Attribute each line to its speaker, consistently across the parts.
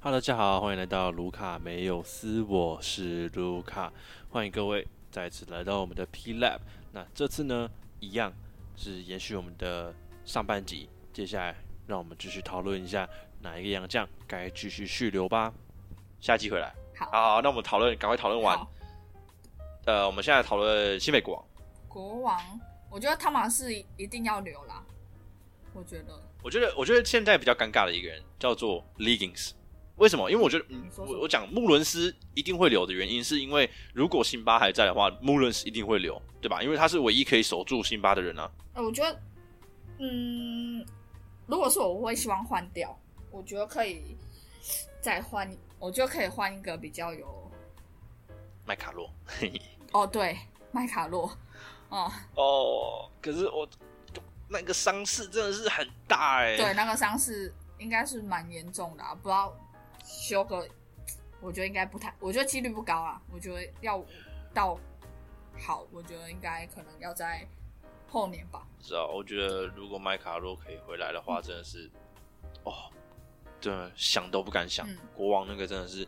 Speaker 1: Hello，大家好，欢迎来到卢卡没有私，我是卢卡，欢迎各位再次来到我们的 P Lab。那这次呢，一样是延续我们的上半集，接下来让我们继续讨论一下哪一个洋将该继续续留吧。下集回来，
Speaker 2: 好
Speaker 1: 好，那我们讨论，赶快讨论完。
Speaker 2: 好
Speaker 1: 呃，我们现在讨论西北国王，
Speaker 2: 国王，我觉得汤马士一定要留啦，我觉得
Speaker 1: 我觉得，我觉得现在比较尴尬的一个人叫做 Leggings。为什么？因为我觉得，嗯
Speaker 2: 你，说什
Speaker 1: 我
Speaker 2: 么
Speaker 1: 我讲穆伦斯一定会留的原因，是因为如果辛巴还在的话，穆伦斯一定会留，对吧？因为他是唯一可以守住辛巴的人啊。
Speaker 2: 呃，我觉得，嗯，如果是我，我会希望换掉。我觉得可以再换，我觉得可以换一个比较有
Speaker 1: 麦卡洛。
Speaker 2: 哦，对，麦卡洛，哦，
Speaker 1: 哦，可是我那个伤势真的是很大哎、
Speaker 2: 对，那个伤势应该是蛮严重的、啊，不知道修个，我觉得应该不太，我觉得几率不高啊。我觉得要到好，我觉得应该可能要在后年吧。
Speaker 1: 不知道，我觉得如果麦卡洛可以回来的
Speaker 2: 嗯
Speaker 1: 话，真的是，哦，真的想都不敢想。
Speaker 2: 嗯
Speaker 1: 国王那个真的是，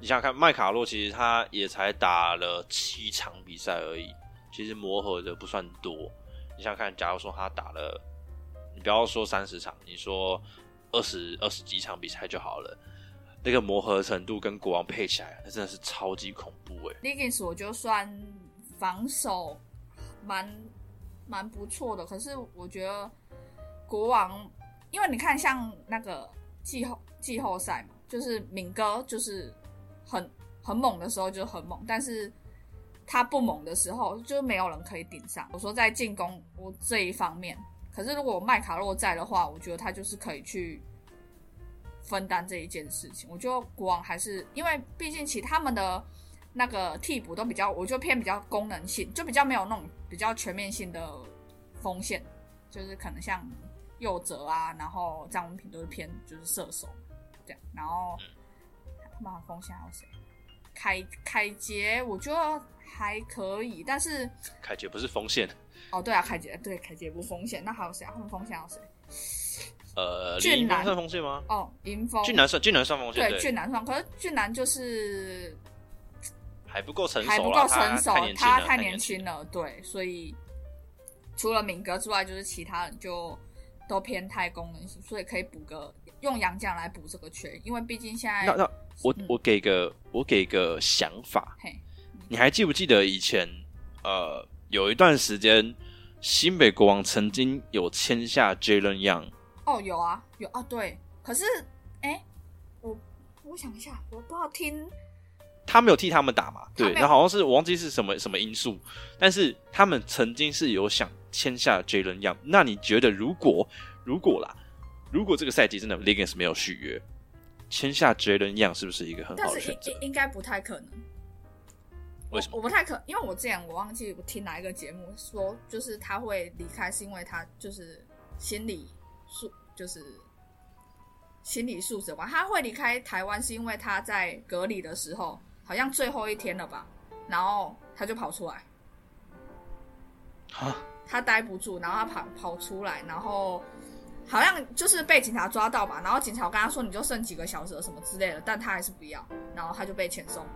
Speaker 1: 你想想看，麦卡洛其实他也才打了七场比赛而已，其实磨合的不算多。你想想看，假如说他打了，你不要说三十场，你说二十二十几场比赛就好了，那个磨合程度跟国王配起来，那真的是超级恐怖哎、
Speaker 2: Liggins 我就算防守蛮蛮不错的，可是我觉得国王，因为你看像那个季后季后赛嘛，就是敏哥就是很很猛的时候就很猛，但是他不猛的时候就没有人可以顶上。我说在进攻我这一方面，可是如果麦卡洛在的话，我觉得他就是可以去分担这一件事情。我觉得国王还是因为毕竟其他们的那个替补都比较，我就偏比较功能性，就比较没有那种比较全面性的锋线，就是可能像右哲啊，然后张文平都是偏就是射手这样，然后他们好像锋线还有谁？凯凯杰我觉得还可以，但是
Speaker 1: 凯杰不是锋线，
Speaker 2: 哦对啊，凯杰对凯杰不锋线，那还有谁啊？他们锋线还有谁？
Speaker 1: 呃，
Speaker 2: 俊
Speaker 1: 林英
Speaker 2: 男
Speaker 1: 算锋线吗？
Speaker 2: 哦，银锋
Speaker 1: 俊男算俊男算锋线，
Speaker 2: 对俊男算，可是俊男就是
Speaker 1: 还不够成熟啦，啊
Speaker 2: 还不够成熟
Speaker 1: 他太，年轻
Speaker 2: 他
Speaker 1: 了，
Speaker 2: 太
Speaker 1: 年
Speaker 2: 年轻了，对，所以除了敏哥之外，就是其他人就都偏太功能性，所以可以补个用杨绛来补这个缺，因为毕竟现在
Speaker 1: 那那我
Speaker 2: 嗯
Speaker 1: 我给个我给个想法，
Speaker 2: 嘿，
Speaker 1: 你还记不记得以前呃有一段时间，新北国王曾经有签下 Jalen Young，
Speaker 2: 哦，有啊，有啊，对，可是哎、我我想一下，我不知道听
Speaker 1: 他没有替他们打嘛？
Speaker 2: 他
Speaker 1: 对，
Speaker 2: 没有
Speaker 1: 然后好像是我忘记是什么什么因素，但是他们曾经是有想签下 Jalen Young。那你觉得如果如果啦，如果这个赛季真的 Liggins 没有续约，签下 Jalen Young 是不是一个很
Speaker 2: 但
Speaker 1: 好的
Speaker 2: 是
Speaker 1: 选
Speaker 2: 应
Speaker 1: 择？
Speaker 2: 应应该不太可能。
Speaker 1: 为什么？
Speaker 2: 我不太可，因为我之前我忘记我听哪一个节目说，就是他会离开是因为他就是心理素，就是心理素质吧。他会离开台湾是因为他在隔离的时候，好像最后一天了吧，然后他就跑出来，
Speaker 1: 哈，
Speaker 2: 他待不住，然后他跑跑出来，然后好像就是被警察抓到吧，然后警察跟他说你就剩几个小时了什么之类的，但他还是不要，然后他就被遣送了。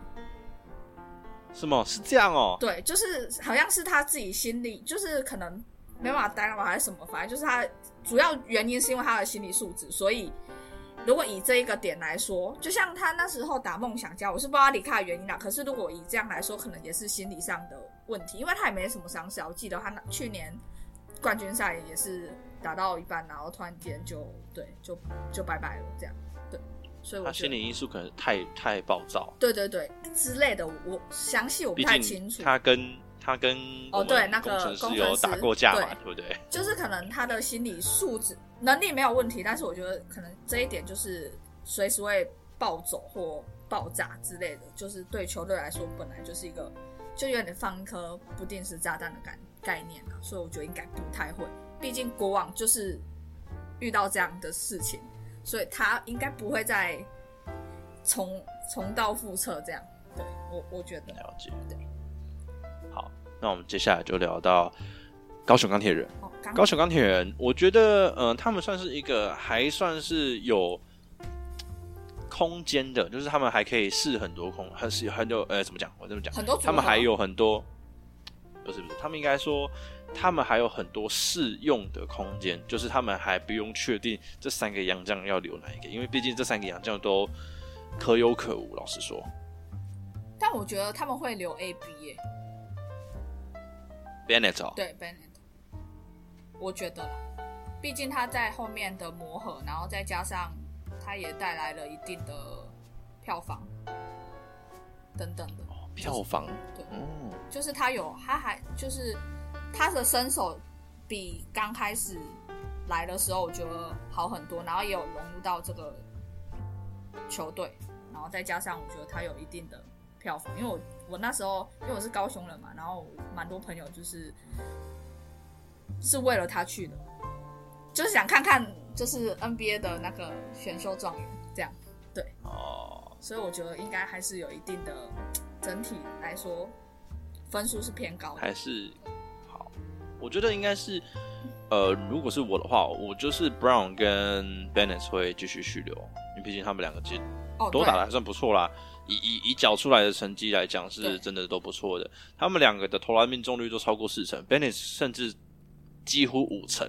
Speaker 1: 是吗？是这样哦、
Speaker 2: 对，就是好像是他自己心里，就是可能没办法待了还是什么，反正就是他主要原因是因为他的心理素质，所以如果以这一个点来说，就像他那时候打梦想家，我是不知道他离开的原因啦。啊可是如果以这样来说，可能也是心理上的问题，因为他也没什么伤势啊。我记得他那去年冠军赛也是打到一半，然后突然间就对，就就拜拜了这样。对，所以我
Speaker 1: 他
Speaker 2: 觉
Speaker 1: 心
Speaker 2: 得
Speaker 1: 理因素可能太太暴躁，
Speaker 2: 对对对之类的，我详细我不
Speaker 1: 毕
Speaker 2: 太
Speaker 1: 竟
Speaker 2: 清楚。
Speaker 1: 他跟他跟我
Speaker 2: 哦
Speaker 1: 们
Speaker 2: 对那个
Speaker 1: 工程师
Speaker 2: 工
Speaker 1: 有
Speaker 2: 程
Speaker 1: 打
Speaker 2: 师
Speaker 1: 过架嘛，
Speaker 2: 对
Speaker 1: 对不对？
Speaker 2: 就是可能他的心理素质能力没有问题，但是我觉得可能这一点就是随时会暴走或爆炸之类的，就是对球队来说本来就是一个就有点放一颗不定时炸弹的概概念啊，所以我觉得应该不太会，毕竟国王就是遇到这样的事情，所以他应该不会再重重蹈覆辙这样。对我我觉得
Speaker 1: 了解。
Speaker 2: 对
Speaker 1: 好，那我们接下来就聊到高雄钢铁人。
Speaker 2: 哦，刚
Speaker 1: 高雄钢铁人，我觉得，呃，他们算是一个还算是有空间的，就是他们还可以试很多空，很是很有呃怎么讲？我这么讲，
Speaker 2: 很多组合
Speaker 1: 他们还有很多，不是不是，他们应该说他们还有很多试用的空间，就是他们还不用确定这三个洋将要留哪一个，因为毕竟这三个洋将都可有可无。老实说
Speaker 2: 但我觉得他们会留 A B 耶、
Speaker 1: ，Bennett 哦，
Speaker 2: 对 Bennett，我觉得啦，毕竟他在后面的磨合，然后再加上他也带来了一定的票房等等的，
Speaker 1: 票房
Speaker 2: 对，
Speaker 1: 嗯，
Speaker 2: 就是他有他还就是他的身手比刚开始来的时候我觉得好很多，然后也有融入到这个球队，然后再加上我觉得他有一定的票房，因为我我那时候因为我是高雄人嘛，然后蛮多朋友就是是为了他去的，就是想看看就是 NBA 的那个选秀状元这样，
Speaker 1: 哦，
Speaker 2: 所以我觉得应该还是有一定的整体来说分数是偏高的。
Speaker 1: 还是好，我觉得应该是，呃，如果是我的话，我就是 Brown 跟 Bennett 会继续续留，因为毕竟他们两个其实
Speaker 2: 哦，
Speaker 1: 都
Speaker 2: 对
Speaker 1: 打的还算不错啦。以以以缴出来的成绩来讲，是
Speaker 2: 对
Speaker 1: 真的都不错的。他们两个的投篮命中率都超过四成，Bennett 甚至几乎五成。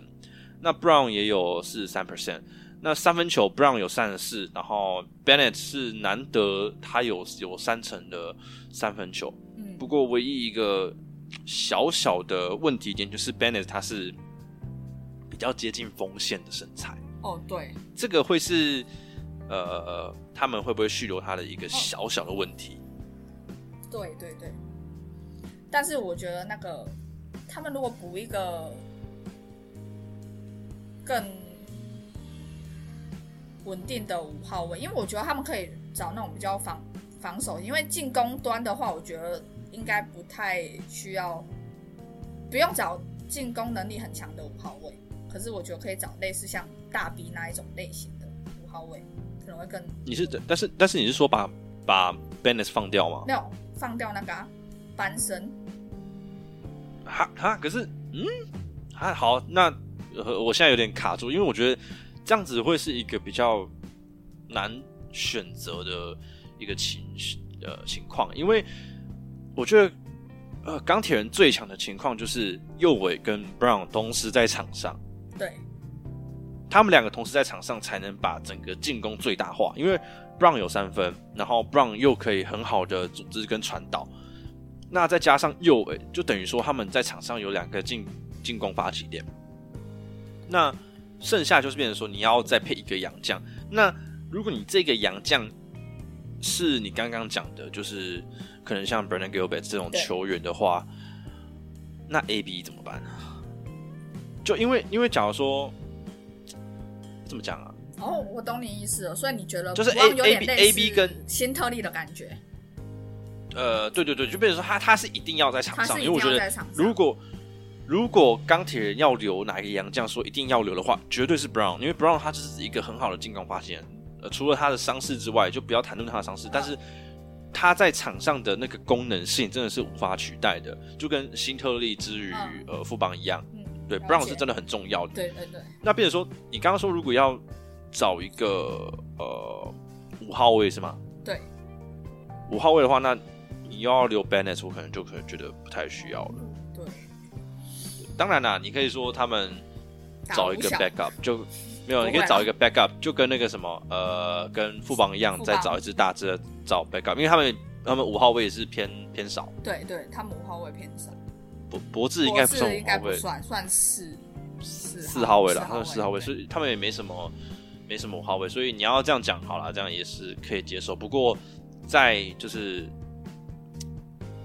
Speaker 1: 那 Brown 也有四十三 percent。那三分球 Brown 有三十四，然后 Bennett 是难得他有有三成的三分球。
Speaker 2: 嗯
Speaker 1: 不过唯一一个小小的问题点就是 Bennett 他是比较接近锋线的身材。
Speaker 2: 哦对，
Speaker 1: 这个会是呃，他们会不会续留他的一个小小的问题？
Speaker 2: 对对对，但是我觉得那个他们如果补一个更稳定的五号位，因为我觉得他们可以找那种比较防防守，因为进攻端的话，我觉得应该不太需要，不用找进攻能力很强的五号位，可是我觉得可以找类似像大 B 那一种类型的五号位，可能会更
Speaker 1: 你是但是但是你是说把把 Bennett 放掉吗？
Speaker 2: 没有放掉那个啊班神。
Speaker 1: 哈哈，可是嗯，还好，那、呃、我现在有点卡住，因为我觉得这样子会是一个比较难选择的一个情呃情况，因为我觉得呃钢铁人最强的情况就是右尾跟 Brown 同时在场上。
Speaker 2: 对，
Speaker 1: 他们两个同时在场上才能把整个进攻最大化，因为 Brown 有三分，然后 Brown 又可以很好的组织跟传导，那再加上右尾，就等于说他们在场上有两个进进攻发起点。那剩下就是变成说你要再配一个洋将。那如果你这个洋将是你刚刚讲的，就是可能像 Brandon Gilbert 这种
Speaker 2: 对
Speaker 1: 球员的话，那 A B 怎么办？啊就因为因为假如说怎么讲啊？
Speaker 2: 哦，我懂你意思了，所以你觉得
Speaker 1: 就是 A-
Speaker 2: 国王有点
Speaker 1: A-
Speaker 2: 类似
Speaker 1: AB 跟
Speaker 2: 新特利的感觉，
Speaker 1: 呃，对对对，就变成说他他是一定要在场
Speaker 2: 他
Speaker 1: 上，
Speaker 2: 是一
Speaker 1: 因为
Speaker 2: 定
Speaker 1: 我觉得
Speaker 2: 要在场上。
Speaker 1: 如果如果钢铁人要留哪一个洋将，说一定要留的话，绝对是 Brown，因为 Brown 他就是一个很好的进攻发现人。呃，除了他的伤势之外，就不要谈论他的伤势，但是
Speaker 2: 嗯
Speaker 1: 他在场上的那个功能性真的是无法取代的，就跟辛特利之于、
Speaker 2: 嗯
Speaker 1: 呃富邦一样，
Speaker 2: 嗯，
Speaker 1: 对
Speaker 2: 了
Speaker 1: Brown
Speaker 2: 解
Speaker 1: 是真的很重要的。
Speaker 2: 对对对，
Speaker 1: 那变成说，你刚刚说如果要找一个呃五号位是吗？
Speaker 2: 对，
Speaker 1: 五号位的话，那你又要留 Bennett，我可能就可能觉得不太需要了。
Speaker 2: 对，
Speaker 1: 当然啦，你可以说他们
Speaker 2: 打
Speaker 1: 找
Speaker 2: 五
Speaker 1: 一个
Speaker 2: 小
Speaker 1: backup 就没有，
Speaker 2: 不会
Speaker 1: 你
Speaker 2: 啊
Speaker 1: 可以
Speaker 2: 啦
Speaker 1: 找一个 backup，就跟那个什么呃，跟富邦一样，
Speaker 2: 富
Speaker 1: 再
Speaker 2: 邦
Speaker 1: 找一只大只的找 backup，因为他们他们五号位也是偏偏少，
Speaker 2: 对对，他们五号位偏少，
Speaker 1: 博博智应该不
Speaker 2: 博
Speaker 1: 算
Speaker 2: 士
Speaker 1: 五
Speaker 2: 应该
Speaker 1: 号
Speaker 2: 不
Speaker 1: 位，
Speaker 2: 算，算是四
Speaker 1: 四号位了，他
Speaker 2: 他
Speaker 1: 们四号位，所
Speaker 2: 是
Speaker 1: 以他们也没什么没什么五号位，所以你要这样讲好了，这样也是可以接受。不过在就是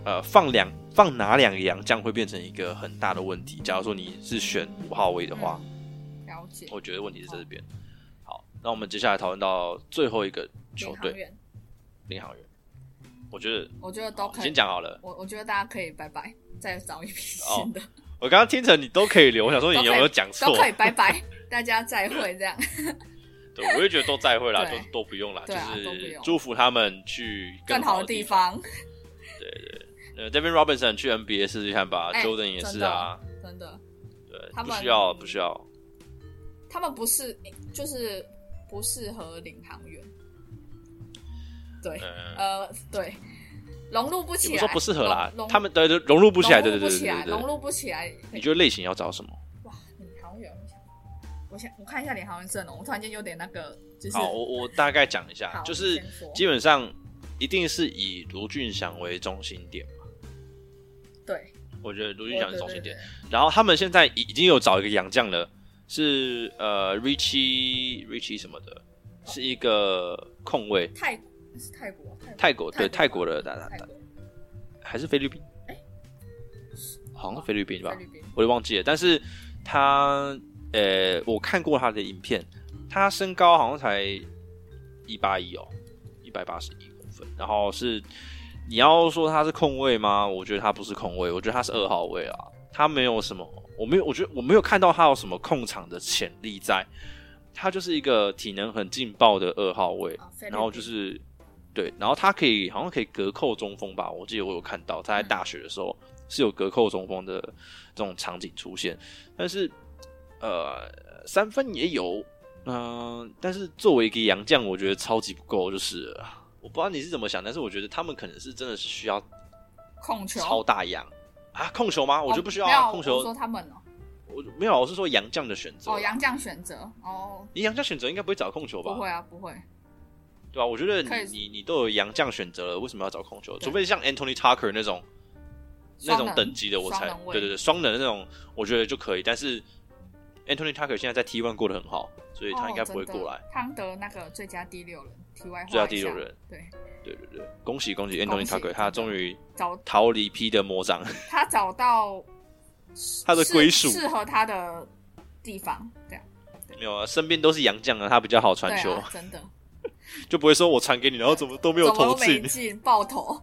Speaker 1: 呃放两放哪两个洋将会变成一个很大的问题。假如说你是选五号位的话，
Speaker 2: 嗯了解。
Speaker 1: 我觉得问题是在这边。好，那我们接下来讨论到最后一个球
Speaker 2: 领航
Speaker 1: 队
Speaker 2: 员，
Speaker 1: 领航员，我觉得
Speaker 2: 我觉得都
Speaker 1: 好你
Speaker 2: 可
Speaker 1: 先
Speaker 2: 以。
Speaker 1: 讲好了。
Speaker 2: 我我觉得大家可以拜拜，再找一批新的，
Speaker 1: 我刚刚听成你都可以留，我想说你
Speaker 2: 都可以
Speaker 1: 有没有讲错
Speaker 2: 都？可以拜拜，大家再会 这样。
Speaker 1: 对，我也觉得都再会啦，
Speaker 2: 对
Speaker 1: 都都不用啦，
Speaker 2: 对啊
Speaker 1: 就
Speaker 2: 都不
Speaker 1: 是
Speaker 2: 用
Speaker 1: 祝福他们去
Speaker 2: 更
Speaker 1: 好
Speaker 2: 好的
Speaker 1: 地
Speaker 2: 地。方，
Speaker 1: 呃，David Robinson 去 NBA 试试看吧、
Speaker 2: 哎
Speaker 1: j o r d a n 也是啊，
Speaker 2: 真的，
Speaker 1: 对，
Speaker 2: 他
Speaker 1: 不
Speaker 2: 们
Speaker 1: 需要不需要，
Speaker 2: 他们不是就是不适合领航员，对，
Speaker 1: 嗯，
Speaker 2: 呃，对，融入不
Speaker 1: 也
Speaker 2: 起
Speaker 1: 不
Speaker 2: 来，
Speaker 1: 是说不适合啦
Speaker 2: 融，
Speaker 1: 他们对对融入不起来，
Speaker 2: 融
Speaker 1: 对
Speaker 2: 入
Speaker 1: 对
Speaker 2: 不
Speaker 1: 对
Speaker 2: 起
Speaker 1: 对
Speaker 2: 来
Speaker 1: 对
Speaker 2: 融
Speaker 1: 对。
Speaker 2: 入不起来。
Speaker 1: 你觉得类型要找什么？
Speaker 2: 哇，你好远，我想，我想我看一下脸好像正哦，我突然间有点那个，就是
Speaker 1: 好，我我大概讲一下
Speaker 2: 好，
Speaker 1: 就是
Speaker 2: 先说
Speaker 1: 基本上一定是以卢俊祥为中心点嘛，
Speaker 2: 对，
Speaker 1: 我觉得卢
Speaker 2: 我
Speaker 1: 俊祥是
Speaker 2: 对
Speaker 1: 中
Speaker 2: 对
Speaker 1: 心点。
Speaker 2: 对
Speaker 1: 然后他们现在已已经有找一个洋将了，是呃 Richie Richie 什么的，是一个控卫，
Speaker 2: 泰是泰国，
Speaker 1: 泰国对泰国的打
Speaker 2: 打
Speaker 1: 打
Speaker 2: 泰
Speaker 1: 打
Speaker 2: 国
Speaker 1: 还是菲律宾
Speaker 2: 哎？
Speaker 1: 好像菲律宾吧
Speaker 2: 菲，律宾，
Speaker 1: 我也忘记了。但是他呃，我看过他的影片，他身高好像才一八一哦，一百八十一公分。然后是你要说他是控卫吗？我觉得他不是控卫，我觉得他是二号位啊。他没有什么，我没有，我觉得我没有看到他有什么控场的潜力在。他就是一个体能很劲爆的二号位，
Speaker 2: 啊菲律宾
Speaker 1: 然后就是对，然后他可以好像可以隔扣中锋吧，我记得我有看到他在
Speaker 2: 嗯
Speaker 1: 大学的时候是有隔扣中锋的这种场景出现，但是呃三分也有，嗯、但是作为一个洋将，我觉得超级不够，就是了我不知道你是怎么想，但是我觉得他们可能是真的是需要
Speaker 2: 控球，
Speaker 1: 超大洋啊控球吗？我觉得不需要、
Speaker 2: 哦没
Speaker 1: 啊、
Speaker 2: 有
Speaker 1: 控
Speaker 2: 我说
Speaker 1: 球，
Speaker 2: 他们哦，
Speaker 1: 我没有，我是说洋将的选择啦，
Speaker 2: 哦，杨绛选择哦，
Speaker 1: 你洋将选择应该不会找控球吧？
Speaker 2: 不会啊，不会，
Speaker 1: 对吧、啊我觉得
Speaker 2: 可以
Speaker 1: 你你你都有洋将选择了，为什么要找控球？
Speaker 2: 对
Speaker 1: 除非像 Anthony Tucker 那种那
Speaker 2: 双
Speaker 1: 种
Speaker 2: 人
Speaker 1: 等级的，我才
Speaker 2: 双人位
Speaker 1: 对对对，双人的那种，我觉得就可以。但是 Anthony Tucker 现在在 T one 过得很好，所以他应该不会过来
Speaker 2: 哦。真的汤德那个最佳第六人，题外话一
Speaker 1: 最佳
Speaker 2: 下，
Speaker 1: 第六人，
Speaker 2: 对，
Speaker 1: 对对对，恭喜恭喜
Speaker 2: 恭
Speaker 1: Anthony
Speaker 2: 喜真
Speaker 1: Tucker，
Speaker 2: 的
Speaker 1: 他终于
Speaker 2: 找
Speaker 1: 逃离 P 的魔掌，
Speaker 2: 他找到
Speaker 1: 他的
Speaker 2: 适
Speaker 1: 归属
Speaker 2: 适合他的地方，这样
Speaker 1: 没有啊，身边都是洋将啊，他比较好传
Speaker 2: 对
Speaker 1: 球，
Speaker 2: 啊，真的
Speaker 1: 就不会说我传给你，然后怎么 都没有
Speaker 2: 怎么
Speaker 1: 投
Speaker 2: 都没
Speaker 1: 进。
Speaker 2: 进爆 头，啊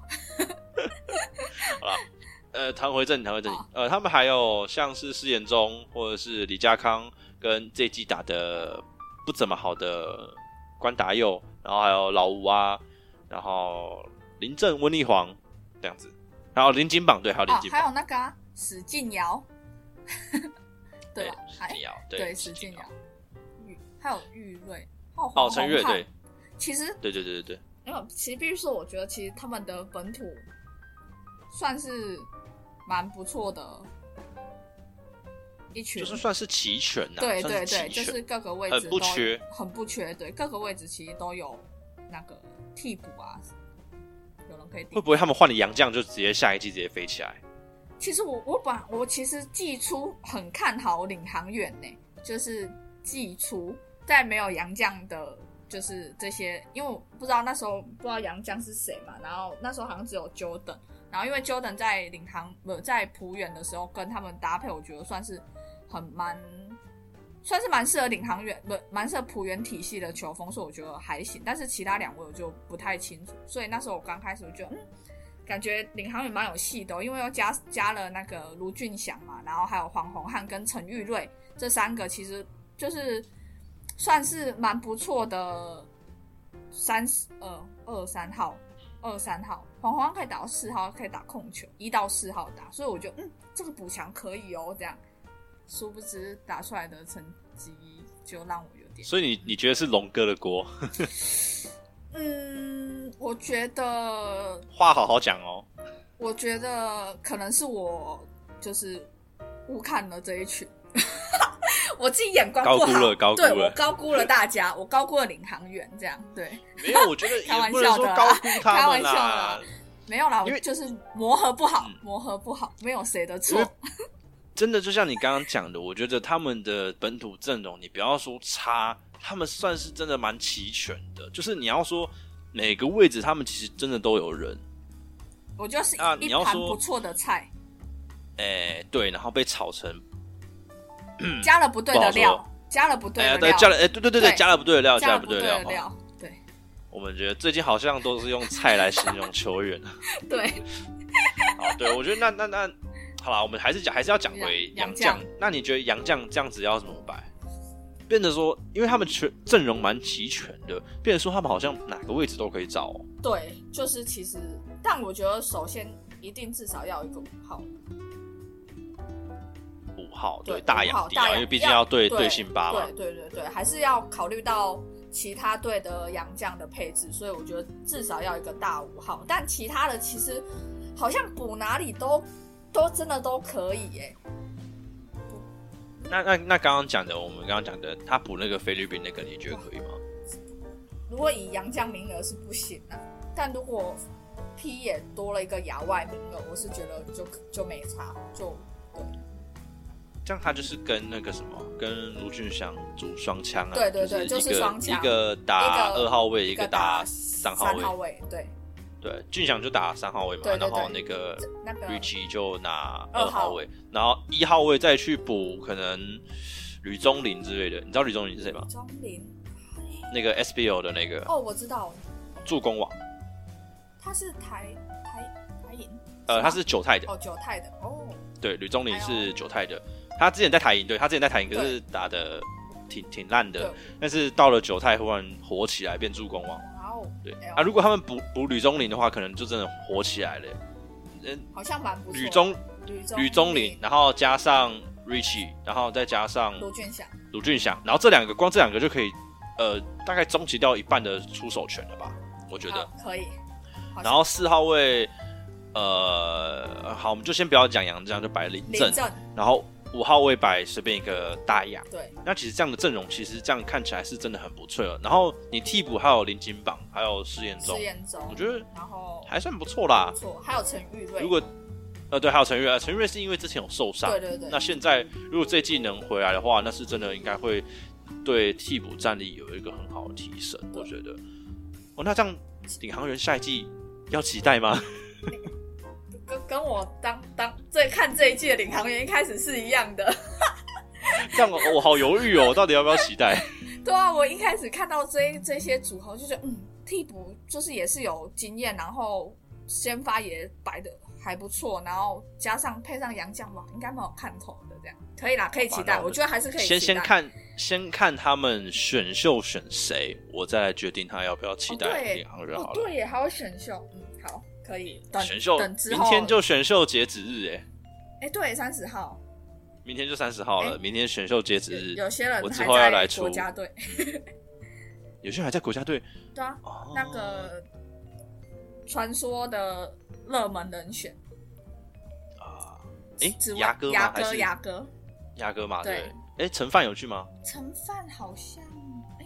Speaker 1: 呃，谈回
Speaker 2: 哦
Speaker 1: 正，谈回正
Speaker 2: 好，
Speaker 1: 呃，他们还有像是施延忠或者是李家康跟这一季打的不怎么好的关达佑，然后还有老吴啊，然后林正、温丽煌这样子，还有林金榜对，还有林
Speaker 2: 啊
Speaker 1: 金，
Speaker 2: 还
Speaker 1: 榜，
Speaker 2: 有那个啊史进尧， 对吧？
Speaker 1: 史
Speaker 2: 还哎
Speaker 1: 进尧，史
Speaker 2: 对史
Speaker 1: 进
Speaker 2: 进
Speaker 1: 尧
Speaker 2: 尧，，玉还有玉瑞，还有
Speaker 1: 哦，
Speaker 2: 黄
Speaker 1: 陈
Speaker 2: 宏
Speaker 1: 月
Speaker 2: 汉
Speaker 1: 对，
Speaker 2: 其实
Speaker 1: 对对对对对，
Speaker 2: 没有，其实必须说，我觉得其实他们的本土算是蛮不错的一群，
Speaker 1: 就是算是齐全呐、
Speaker 2: 对
Speaker 1: 啊算
Speaker 2: 对对，
Speaker 1: 齐
Speaker 2: 就
Speaker 1: 全
Speaker 2: 是各个位
Speaker 1: 很
Speaker 2: 置
Speaker 1: 不
Speaker 2: 都
Speaker 1: 缺，
Speaker 2: 很不缺，对，各个位置其实都有那个替补啊，有人可 以
Speaker 1: 会
Speaker 2: 顶。
Speaker 1: 不会他们换了洋将就直接下一季直接飞起来？
Speaker 2: 其实我我本我其实季初很看好领航员呢、就是季初在没有杨绛的，就是这些，因为我不知道那时候不知道杨绛是谁嘛，然后那时候好像只有 Jordan，然后因为 Jordan 在领航不在浦远的时候跟他们搭配，我觉得算是很蛮。算是蛮适合领航员，不蛮适合浦原体系的球风，所以我觉得还行。但是其他两位我就不太清楚，所以那时候我刚开始我就嗯，感觉领航员蛮有戏的哦、因为又加加了那个卢俊祥嘛，然后还有黄宏汉跟陈玉瑞这三个，其实就是算是蛮不错的三十呃二三号二三号，黄宏汉可以打到四号，可以打控球，一到四号打，所以我觉得嗯这个补强可以哦，这样，殊不知打出来的成绩就让我有点
Speaker 1: 所以你你觉得是龙哥的锅？
Speaker 2: 嗯，我觉得
Speaker 1: 话好好讲哦。
Speaker 2: 我觉得可能是我就是误看了这一群， 我自己眼光不好，
Speaker 1: 高估了高估了
Speaker 2: 对我高估了大家，我高估了领航员，这样对，
Speaker 1: 没有，我觉得
Speaker 2: 开
Speaker 1: 也
Speaker 2: 玩
Speaker 1: 不能
Speaker 2: 笑
Speaker 1: 说
Speaker 2: 的啦啊
Speaker 1: 高估他
Speaker 2: 开
Speaker 1: 们
Speaker 2: 玩笑
Speaker 1: 啦
Speaker 2: 的，啊没有啦，
Speaker 1: 因
Speaker 2: 我
Speaker 1: 为
Speaker 2: 就是磨合不好
Speaker 1: 嗯，
Speaker 2: 磨合不好，没有谁的
Speaker 1: 因
Speaker 2: 错
Speaker 1: 为， 真的就像你刚刚讲的，我觉得他们的本土阵容，你不要说差，他们算是真的蛮齐全的。就是你要说每个位置，他们其实真的都有人，
Speaker 2: 我就是
Speaker 1: 啊
Speaker 2: 一
Speaker 1: 你要
Speaker 2: 一盘
Speaker 1: 说
Speaker 2: 不错的菜，
Speaker 1: 哎、对，然后被炒成，
Speaker 2: 加了不对
Speaker 1: 嗯不
Speaker 2: 的
Speaker 1: 好说
Speaker 2: 料，加了不对
Speaker 1: 哎、
Speaker 2: 的
Speaker 1: 对，
Speaker 2: 料，
Speaker 1: 加了，哎、对对对对，
Speaker 2: 对
Speaker 1: 加了不对的料，
Speaker 2: 加
Speaker 1: 加
Speaker 2: 了
Speaker 1: 不
Speaker 2: 不
Speaker 1: 对
Speaker 2: 对
Speaker 1: 的料。哦
Speaker 2: 的料，对
Speaker 1: 我们觉得最近好像都是用菜来形容球员。啊
Speaker 2: 对，
Speaker 1: 好，哦对我觉得那那那，好啦，我们还是讲还是要讲回
Speaker 2: 洋
Speaker 1: 杨将
Speaker 2: 洋将。
Speaker 1: 那你觉得杨将这样子要怎么摆？变得说，因为他们全阵容蛮齐全的，变得说他们好像哪个位置都可以找、哦。
Speaker 2: 对，就是其实，但我觉得首先一定至少要有一个五号，
Speaker 1: 五号对
Speaker 2: 对
Speaker 1: 大
Speaker 2: 五
Speaker 1: 洋
Speaker 2: 号
Speaker 1: 第
Speaker 2: 大
Speaker 1: 啊，
Speaker 2: 洋
Speaker 1: 因为毕
Speaker 2: 要
Speaker 1: 竟要对
Speaker 2: 对
Speaker 1: 对辛巴嘛。
Speaker 2: 对对对对，还是要考虑到其他队的洋将的配置，所以我觉得至少要一个大五号。但其他的其实好像补哪里都都真的都可以耶、
Speaker 1: 那那那刚刚讲的，我们刚刚讲的，他补那个菲律宾那个，你觉得可以吗？
Speaker 2: 如果以洋将名额是不行的、但如果 P 也多了一个亚外名额，我是觉得就就没差，就
Speaker 1: 这样他就是跟那个什么，跟卢俊祥组双枪啊，
Speaker 2: 对对对
Speaker 1: 就
Speaker 2: 就是是双枪
Speaker 1: 一个打
Speaker 2: 一个
Speaker 1: 二号位，一
Speaker 2: 一
Speaker 1: 个
Speaker 2: 打
Speaker 1: 三
Speaker 2: 号
Speaker 1: 号位，
Speaker 2: 位，对，
Speaker 1: 对，俊祥就打三号位嘛，
Speaker 2: 对对对
Speaker 1: 然后那个
Speaker 2: 那个
Speaker 1: Richie 就拿
Speaker 2: 啊二
Speaker 1: 二
Speaker 2: 号
Speaker 1: 号位，然后一号位再去补可能吕宗林之类的，你知道吕宗林是谁吗？
Speaker 2: 钟林，
Speaker 1: 那个 SBL 的那个
Speaker 2: 哦，我知道，
Speaker 1: 助攻王，
Speaker 2: 他是台台台银，
Speaker 1: 呃，
Speaker 2: 吗
Speaker 1: 他是九泰的，
Speaker 2: 哦九泰的哦，
Speaker 1: 对，吕宗林
Speaker 2: 哎
Speaker 1: 是
Speaker 2: 呦
Speaker 1: 九泰的，他之前在台银队，他之前在台银可
Speaker 2: 对
Speaker 1: 是打的挺挺烂的
Speaker 2: 对，
Speaker 1: 但是到了九泰忽然火起来变助攻王，
Speaker 2: 然后
Speaker 1: 对
Speaker 2: 哎呦
Speaker 1: 啊，如果他们补补吕宗林的话，可能就真的火起来了。
Speaker 2: 好像蛮不错的，
Speaker 1: 吕宗
Speaker 2: 吕宗
Speaker 1: 吕宗林，然后加上 Richie，然后再加上
Speaker 2: 卢俊祥，
Speaker 1: 卢俊祥，然后这两个光这两个就可以，呃，大概终结掉一半的出手权了吧？我觉得
Speaker 2: 好。可以，好像
Speaker 1: 然后四号位，呃，好，我们就先不要讲杨将，就摆林
Speaker 2: 林
Speaker 1: 正，
Speaker 2: 正
Speaker 1: 然后五号位摆随便一个大亚。
Speaker 2: 对
Speaker 1: 那其实这样的阵容，其实这样看起来是真的很不错了。哦然后你替补还有林金榜，还有施延
Speaker 2: 施
Speaker 1: 中，
Speaker 2: 彦中，
Speaker 1: 我觉得
Speaker 2: 然后
Speaker 1: 还算不错啦
Speaker 2: 不。错，还有陈玉瑞，
Speaker 1: 如果呃对，还有陈悦，呃陈悦是因为之前有受伤
Speaker 2: 对，对对，
Speaker 1: 那现在如果这季能回来的话，那是真的应该会对替补战力有一个很好的提升，
Speaker 2: 对
Speaker 1: 我觉得。哦，那这样领航员下一季要期待吗？
Speaker 2: 跟跟我当当这看这一季的领航员一开始是一样的。
Speaker 1: 这样我我好犹豫哦，我到底要不要期待？
Speaker 2: 对啊，我一开始看到这这些组合，就觉得嗯，替补就是也是有经验，然后先发也摆的还不错，然后加上配上杨将嘛，应该蛮有看头的。这样可以啦，可以期
Speaker 1: 好吧那
Speaker 2: 待，
Speaker 1: 我们
Speaker 2: 我觉得还 是可以期
Speaker 1: 先
Speaker 2: 待。
Speaker 1: 先看先看他们选秀选谁，我再来决定他要不要期
Speaker 2: 哦
Speaker 1: 待
Speaker 2: 对
Speaker 1: 领航员
Speaker 2: 哦
Speaker 1: 好，了。
Speaker 2: 对耶，还有选秀，嗯，好，可以等
Speaker 1: 选秀
Speaker 2: 等之
Speaker 1: 明
Speaker 2: 后，
Speaker 1: 天就选秀截止日哎、
Speaker 2: 哎，对，三十号，
Speaker 1: 明天就三十号了，
Speaker 2: 哎
Speaker 1: 明天选秀截止
Speaker 2: 有
Speaker 1: 日，
Speaker 2: 有些人
Speaker 1: 我之
Speaker 2: 还
Speaker 1: 后要
Speaker 2: 在
Speaker 1: 来出
Speaker 2: 国家 队，
Speaker 1: 有些人还在国家队
Speaker 2: 对啊，
Speaker 1: 哦，
Speaker 2: 那个传说的热门人选，
Speaker 1: 啊，哎
Speaker 2: 紫，薇
Speaker 1: 牙哥吗？
Speaker 2: 牙
Speaker 1: 还
Speaker 2: 哥，
Speaker 1: 是
Speaker 2: 牙哥。
Speaker 1: 鸭哥嘛，
Speaker 2: 对
Speaker 1: 对。哎，陈范有去吗？
Speaker 2: 陈范好像，哎、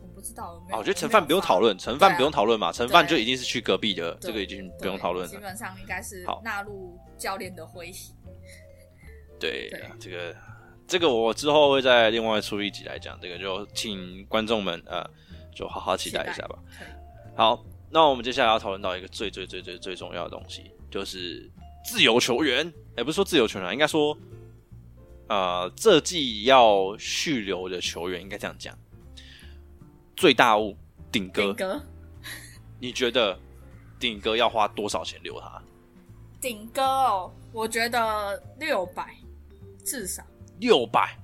Speaker 2: 我不知道有没有。
Speaker 1: 啊，我觉得陈范不用讨论，陈范不用讨论嘛，陈范就一定是去隔壁的，
Speaker 2: 对
Speaker 1: 这个已经
Speaker 2: 有没有发，
Speaker 1: 不用讨论
Speaker 2: 啊对基
Speaker 1: 了。
Speaker 2: 本上应该是
Speaker 1: 好
Speaker 2: 纳入教练的诙谐。
Speaker 1: 对啊
Speaker 2: 对，
Speaker 1: 这个这个我之后会在另外出一集来讲，这个就请观众们呃，就好好期待一下吧。
Speaker 2: 可以
Speaker 1: 好，那我们接下来要讨论到一个最最最最最重要的东西，就是自由球员。哎，不是说自由球员啊，应该说，呃，这季要续留的球员应该这样讲，最大物顶哥
Speaker 2: 顶。哥，
Speaker 1: 你觉得顶哥要花多少钱留他？
Speaker 2: 顶哥哦，我觉得六百至少，
Speaker 1: 六百。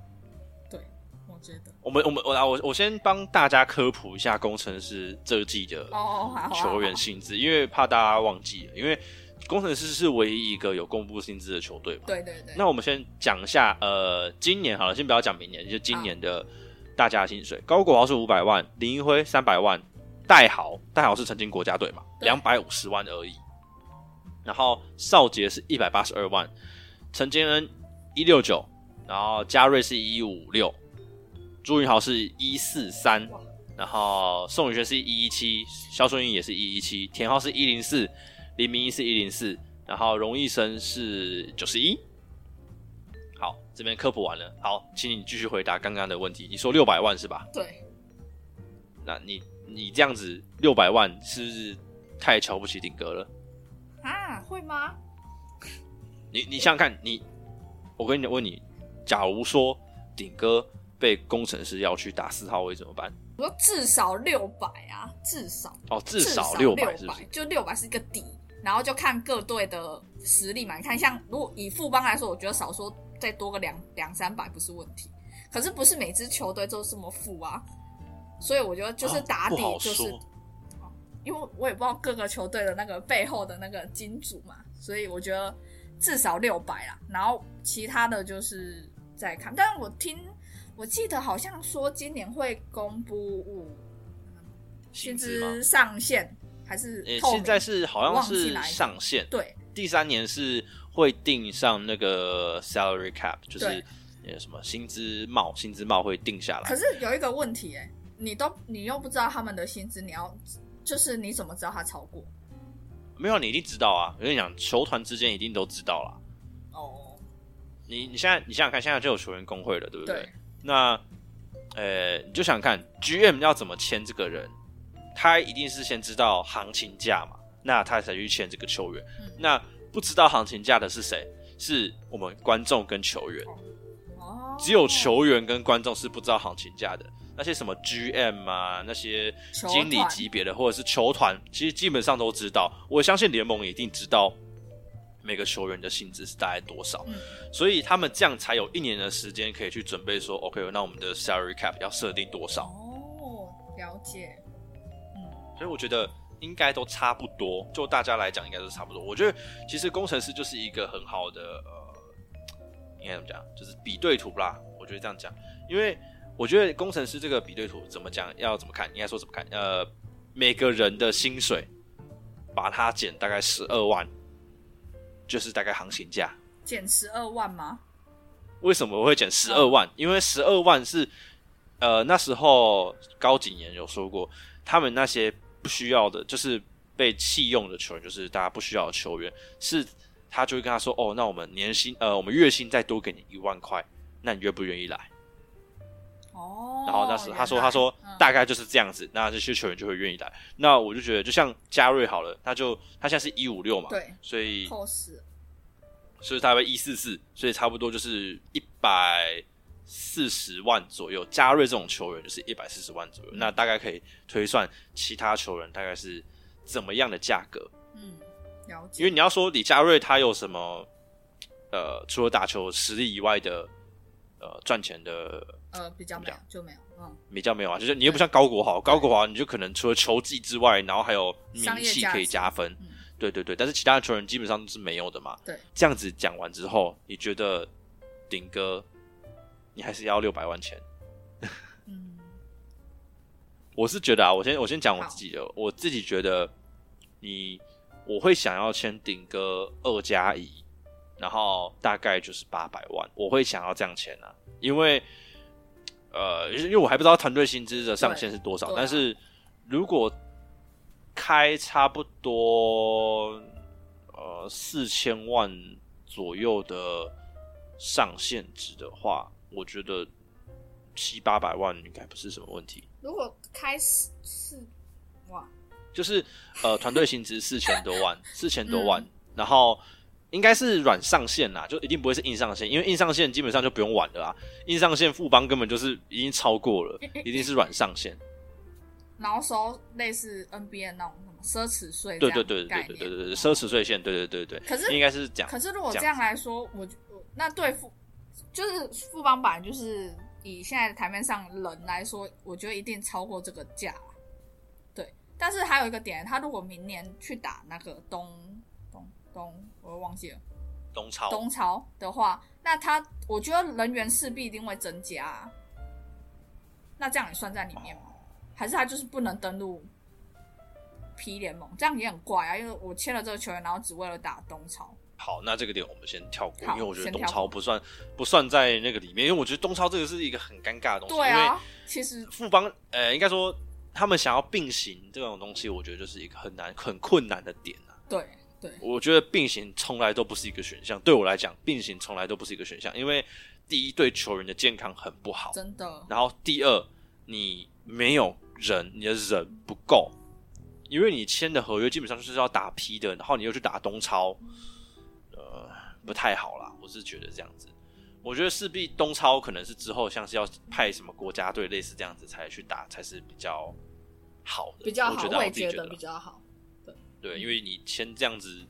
Speaker 2: 对我觉得。
Speaker 1: 我们我们我来我我先帮大家科普一下工程师这季的
Speaker 2: 哦哦，好好好
Speaker 1: 球员薪资，因为怕大家忘记了，因为工程师是唯一一个有公布薪资的球队嘛。
Speaker 2: 对对对，
Speaker 1: 那我们先讲一下，呃，今年好了，先不要讲明年，就今年的大家的薪水，高国豪是五百万，林一辉三百万，戴豪，戴豪是曾经国家队嘛，
Speaker 2: 对
Speaker 1: 两百五十万而已。然后少杰是一百八十二万，陈坚恩一六九，然后嘉瑞是一五六，朱云豪是一四三
Speaker 2: 哇，
Speaker 1: 然后宋宇轩是一一七，肖顺义也是一一七，田浩是一零四，林明一是一零四，然后荣毅生是九十一。好，这边科普完了，好，请你继续回答刚刚的问题。你说六百万是吧？
Speaker 2: 对
Speaker 1: 那你你这样子六百万是不是太瞧不起顶哥了？
Speaker 2: 啊，会吗？
Speaker 1: 你你想想看，你我跟你问你，假如说顶哥被工程师要去打四号位怎么办？
Speaker 2: 我说至少六百啊，至少
Speaker 1: 哦，至
Speaker 2: 至
Speaker 1: 少
Speaker 2: 六
Speaker 1: 六百是不是？
Speaker 2: 就六百是一个底，然后就看各队的实力嘛。你看，像如果以富邦来说，我觉得少说再多个两两三百不是问题。可是不是每支球队都这么富啊，所以我觉得就是
Speaker 1: 啊
Speaker 2: 打底
Speaker 1: 不好
Speaker 2: 就是，
Speaker 1: 说
Speaker 2: 因为我也不知道各个球队的那个背后的那个金主嘛，所以我觉得至少六百啦。然后其他的就是再看，但是我听我记得好像说今年会公布五
Speaker 1: 薪
Speaker 2: 薪
Speaker 1: 资吗
Speaker 2: 资？上限还是
Speaker 1: 诶，
Speaker 2: 透
Speaker 1: 现
Speaker 2: 明
Speaker 1: 在是好
Speaker 2: 我
Speaker 1: 像
Speaker 2: 忘记
Speaker 1: 是
Speaker 2: 哪一个
Speaker 1: 上限，
Speaker 2: 对
Speaker 1: 第三年是会定上那个 salary cap，就是
Speaker 2: 对
Speaker 1: 那个什么薪资帽，薪资帽会定下
Speaker 2: 啊可
Speaker 1: 来。
Speaker 2: 是有一个问题、哎，你都你又不知道他们的薪资，你要就是你怎么知道他超过？
Speaker 1: 没有，你一定知道啊！我跟你讲，球团之间一定都知道啦。
Speaker 2: 哦，
Speaker 1: 你你现在你想想看，现在就有球员工会了，对不对？
Speaker 2: 对，
Speaker 1: 那呃，你就想想看 GM 要怎么签这个人，他一定是先知道行情价嘛，那他才去签这个球员。
Speaker 2: 嗯
Speaker 1: 那不知道行情价的是谁？是我们观众跟球员。
Speaker 2: 哦，
Speaker 1: 只有球员跟观众是不知道行情价的。那些什么 GM 啊，那些
Speaker 2: 球团
Speaker 1: 经理级别的，或者是球团，其实基本上都知道。我相信联盟一定知道每个球员的薪资是大概多少，
Speaker 2: 嗯
Speaker 1: 所以他们这样才有一年的时间可以去准备说，OK，那我们的 salary cap 要设定多少？
Speaker 2: 哦，了解，嗯，
Speaker 1: 所以我觉得应该都差不多，就大家来讲应该都差不多。我觉得其实工程师就是一个很好的呃，应该怎么讲，就是比对图啦。我觉得这样讲，因为我觉得工程师这个比对图怎么讲，要怎么看，应该说怎么看？呃，每个人的薪水把它减大概十二万，就是大概行情价。
Speaker 2: 减十二万吗？
Speaker 1: 为什么我会减十二
Speaker 2: 嗯
Speaker 1: 万？因为十二万是呃那时候高景言有说过，他们那些不需要的，就是被弃用的球员，就是大家不需要的球员，是他就会跟他说，哦，那我们年薪呃我们月薪再多给你一万块，那你愿不愿意来？
Speaker 2: 哦，
Speaker 1: 然后那时
Speaker 2: 原
Speaker 1: 他说
Speaker 2: 来
Speaker 1: 他说
Speaker 2: 嗯
Speaker 1: 大概就是这样子，那这些球员就会愿意来。那我就觉得就像嘉瑞好了，他就他现在是一五六嘛，
Speaker 2: 对
Speaker 1: 所以
Speaker 2: 扣十，
Speaker 1: 所以大概一四四，所以差不多就是一百四十万左右。加瑞这种球员就是一百四十万左右，
Speaker 2: 嗯
Speaker 1: 那大概可以推算其他球员大概是怎么样的价格。
Speaker 2: 嗯，了解，
Speaker 1: 因为你要说李佳瑞他有什么，呃，除了打球实力以外的，呃，赚钱的
Speaker 2: 呃比较没有就没有，嗯，
Speaker 1: 比较没有啊，就是你又不像高国豪，高国豪你就可能除了球技之外，然后还有名
Speaker 2: 商业
Speaker 1: 气
Speaker 2: 价值
Speaker 1: 可以加分，
Speaker 2: 嗯
Speaker 1: 对对对，但是其他的球员基本上都是没有的嘛。
Speaker 2: 对，
Speaker 1: 这样子讲完之后，你觉得顶哥，你还是要六百万钱？
Speaker 2: 嗯，
Speaker 1: 我是觉得啊，我先我先讲我自己的，我自己觉得你我会想要签顶哥二加一，然后大概就是八百万，我会想要这样签啊，因为呃，因为我还不知道团队薪资的上限是多少，
Speaker 2: 对对啊
Speaker 1: 但是如果开差不多呃四千万左右的上限值的话，我觉得七八百万应该不是什么问题。
Speaker 2: 如果开始是哇，
Speaker 1: 就是呃，团队薪资四千多万， 四千多
Speaker 2: 嗯
Speaker 1: 万，然后应该是软上限啦，就一定不会是硬上限，因为硬上限基本上就不用玩了啦。啊硬上限富邦根本就是已经超过 了，一定是软上限。
Speaker 2: 然后收类似 NBA 那种什么奢侈税
Speaker 1: 对
Speaker 2: 这样
Speaker 1: 对
Speaker 2: 的
Speaker 1: 对对
Speaker 2: 概
Speaker 1: 对
Speaker 2: 念，
Speaker 1: 对对对，
Speaker 2: 嗯
Speaker 1: 奢侈税线，对对对对，
Speaker 2: 可是
Speaker 1: 应该是这样。
Speaker 2: 可是如果
Speaker 1: 这
Speaker 2: 这
Speaker 1: 样
Speaker 2: 样来说，我就我那对富就是富邦版，就是以现在的台面上人来说，我觉得一定超过这个价。对，但是还有一个点，他如果明年去打那个东东东，我又忘记了
Speaker 1: 东超
Speaker 2: 东超的话，那他我觉得人员势必一定会增加啊、那这样也算在里面
Speaker 1: 哦
Speaker 2: 吗？还是他就是不能登录 P 联盟？这样也很怪啊，因为我签了这个球员，然后只为了打东超。
Speaker 1: 好，那这个点我们先跳过，因
Speaker 2: 好
Speaker 1: 为我觉得
Speaker 2: 先
Speaker 1: 东
Speaker 2: 跳
Speaker 1: 超
Speaker 2: 过
Speaker 1: 不算不算在那个里面，因为我觉得东超这个是一个很尴尬的东西，
Speaker 2: 对
Speaker 1: 因为
Speaker 2: 啊，其实
Speaker 1: 富邦呃，应该说他们想要并行这种东西，我觉得就是一个很难很困难的点啊。
Speaker 2: 对对，
Speaker 1: 我觉得并行从来都不是一个选项，对我来讲，并行从来都不是一个选项，因为第一对球员的健康很不好，
Speaker 2: 真的
Speaker 1: 然后第二你没有人，你的人不够，因为你签的合约基本上就是要打 P 的，然后你又去打东超，呃，不太好啦，我是觉得这样子。我觉得势必东超可能是之后像是要派什么国家队类似这样子才去打，才是比较好的，
Speaker 2: 比较
Speaker 1: 我
Speaker 2: 好，
Speaker 1: 觉得啊
Speaker 2: 我也
Speaker 1: 我自己
Speaker 2: 觉
Speaker 1: 觉得
Speaker 2: 得
Speaker 1: 啦
Speaker 2: 比较好。
Speaker 1: 对，
Speaker 2: 嗯
Speaker 1: 因为你签这样子，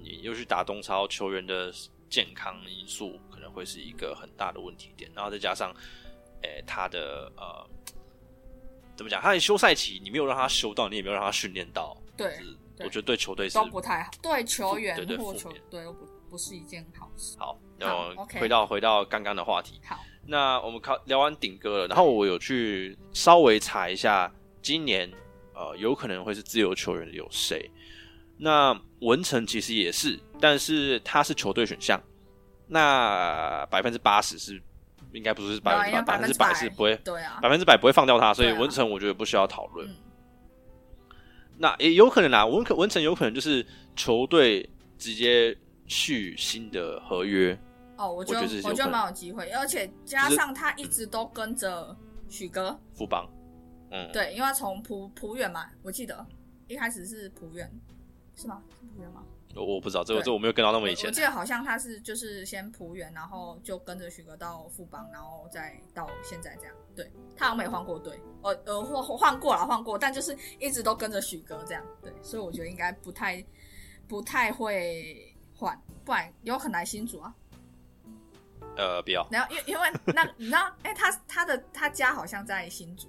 Speaker 1: 你又去打东超，球员的健康因素可能会是一个很大的问题点，然后再加上，诶、他的呃，怎么讲？他的休赛期你没有让他休到，你也没有让他训练到，
Speaker 2: 对
Speaker 1: 就，是我
Speaker 2: 对
Speaker 1: 觉得对球队是
Speaker 2: 都不太好，对球员
Speaker 1: 对对
Speaker 2: 或
Speaker 1: 负
Speaker 2: 球
Speaker 1: 面
Speaker 2: 队都不不是一件好事。
Speaker 1: 好。然后
Speaker 2: 好，OK
Speaker 1: 回到回到刚刚的话题，
Speaker 2: 好，
Speaker 1: 那我们靠聊完顶哥了，然后我有去稍微查一下今年呃，有可能会是自由球员的有谁？那文成其实也是，但是他是球队选项，那百分之八十是应该不是百分之
Speaker 2: 对啊
Speaker 1: 百，百分之百是不会，
Speaker 2: 对啊，
Speaker 1: 百分之百不会放掉他，所以
Speaker 2: 对啊
Speaker 1: 文成我觉得不需要讨论。
Speaker 2: 嗯
Speaker 1: 那也有可能啦，文可文成有可能就是球队直接续新的合约，
Speaker 2: 哦，我觉
Speaker 1: 我觉
Speaker 2: 得
Speaker 1: 得是有
Speaker 2: 我
Speaker 1: 可
Speaker 2: 觉
Speaker 1: 能
Speaker 2: 得蛮有机会，而且加上他一直都跟着许哥，
Speaker 1: 富邦，嗯，
Speaker 2: 对，因为他从浦浦远嘛，我记得一开始是浦远，是吗？是浦远吗？
Speaker 1: 我我不知道这个
Speaker 2: 对
Speaker 1: 这我没有跟到那么以
Speaker 2: 我
Speaker 1: 前
Speaker 2: 记，得好像他是就是先浦远，然后就跟着许哥到富邦，然后再到现在这样。对，他好像没换过队，呃呃换换过了换过，但就是一直都跟着许哥这样。对，所以我觉得应该不太不太会换，不然有很难新主啊。
Speaker 1: 呃，不要，
Speaker 2: 然后因为因为那 你知道，哎、他他的他家好像在新竹，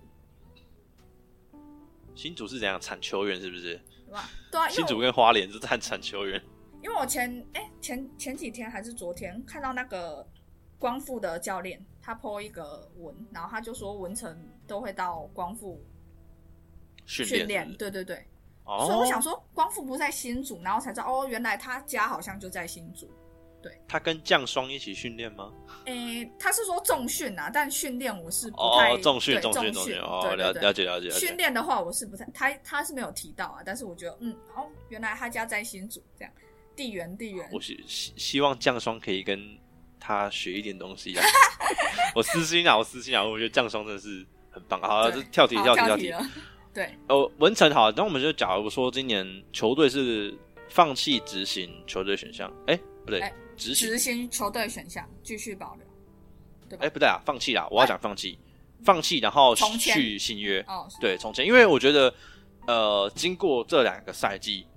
Speaker 1: 新竹是怎样产球员是不是？
Speaker 2: 对吧？对啊，因
Speaker 1: 新
Speaker 2: 为
Speaker 1: 竹
Speaker 2: 我
Speaker 1: 跟花莲是产产球 员，
Speaker 2: 因为我前哎、前前几天还是昨天看到那个光复的教练，他 po 一个文，然后他就说文成都会到光复
Speaker 1: 训
Speaker 2: 训
Speaker 1: 练
Speaker 2: 练
Speaker 1: 是，不是，
Speaker 2: 对对对，
Speaker 1: 哦，
Speaker 2: 所以我想说光复不是在新竹，然后才知道哦，原来他家好像就在新竹。
Speaker 1: 他跟降霜一起训练吗？
Speaker 2: 诶、他是说重训啊，但训练我是不
Speaker 1: 哦
Speaker 2: 太、
Speaker 1: 哦，重训
Speaker 2: 对
Speaker 1: 重
Speaker 2: 重
Speaker 1: 训重训，哦，
Speaker 2: 对
Speaker 1: 了
Speaker 2: 对对
Speaker 1: 了解了解了
Speaker 2: 训
Speaker 1: 解，
Speaker 2: 练的话，我是不太他他是没有提到啊，但是我觉得嗯，哦，原来他家在新竹这样，地缘地缘
Speaker 1: 我，希希希望降霜可以跟他学一点东西 啊，我私心啊，我私心啊，我觉得降霜真的是很棒，好了，
Speaker 2: 对
Speaker 1: 这跳题
Speaker 2: 好
Speaker 1: 跳题
Speaker 2: 跳
Speaker 1: 跳题，
Speaker 2: 了，对，
Speaker 1: 哦，文成好，那我们就假如说今年球队是放弃执行球队选项，哎、不对
Speaker 2: 哎，
Speaker 1: 执、行，
Speaker 2: 执行球队选项继续保留
Speaker 1: 哎、不对啊，放弃啦，我要讲放弃，放弃，然后
Speaker 2: 重签
Speaker 1: 续新约，
Speaker 2: 哦，
Speaker 1: 对，从前，因为我觉得，呃，经过这两个赛季，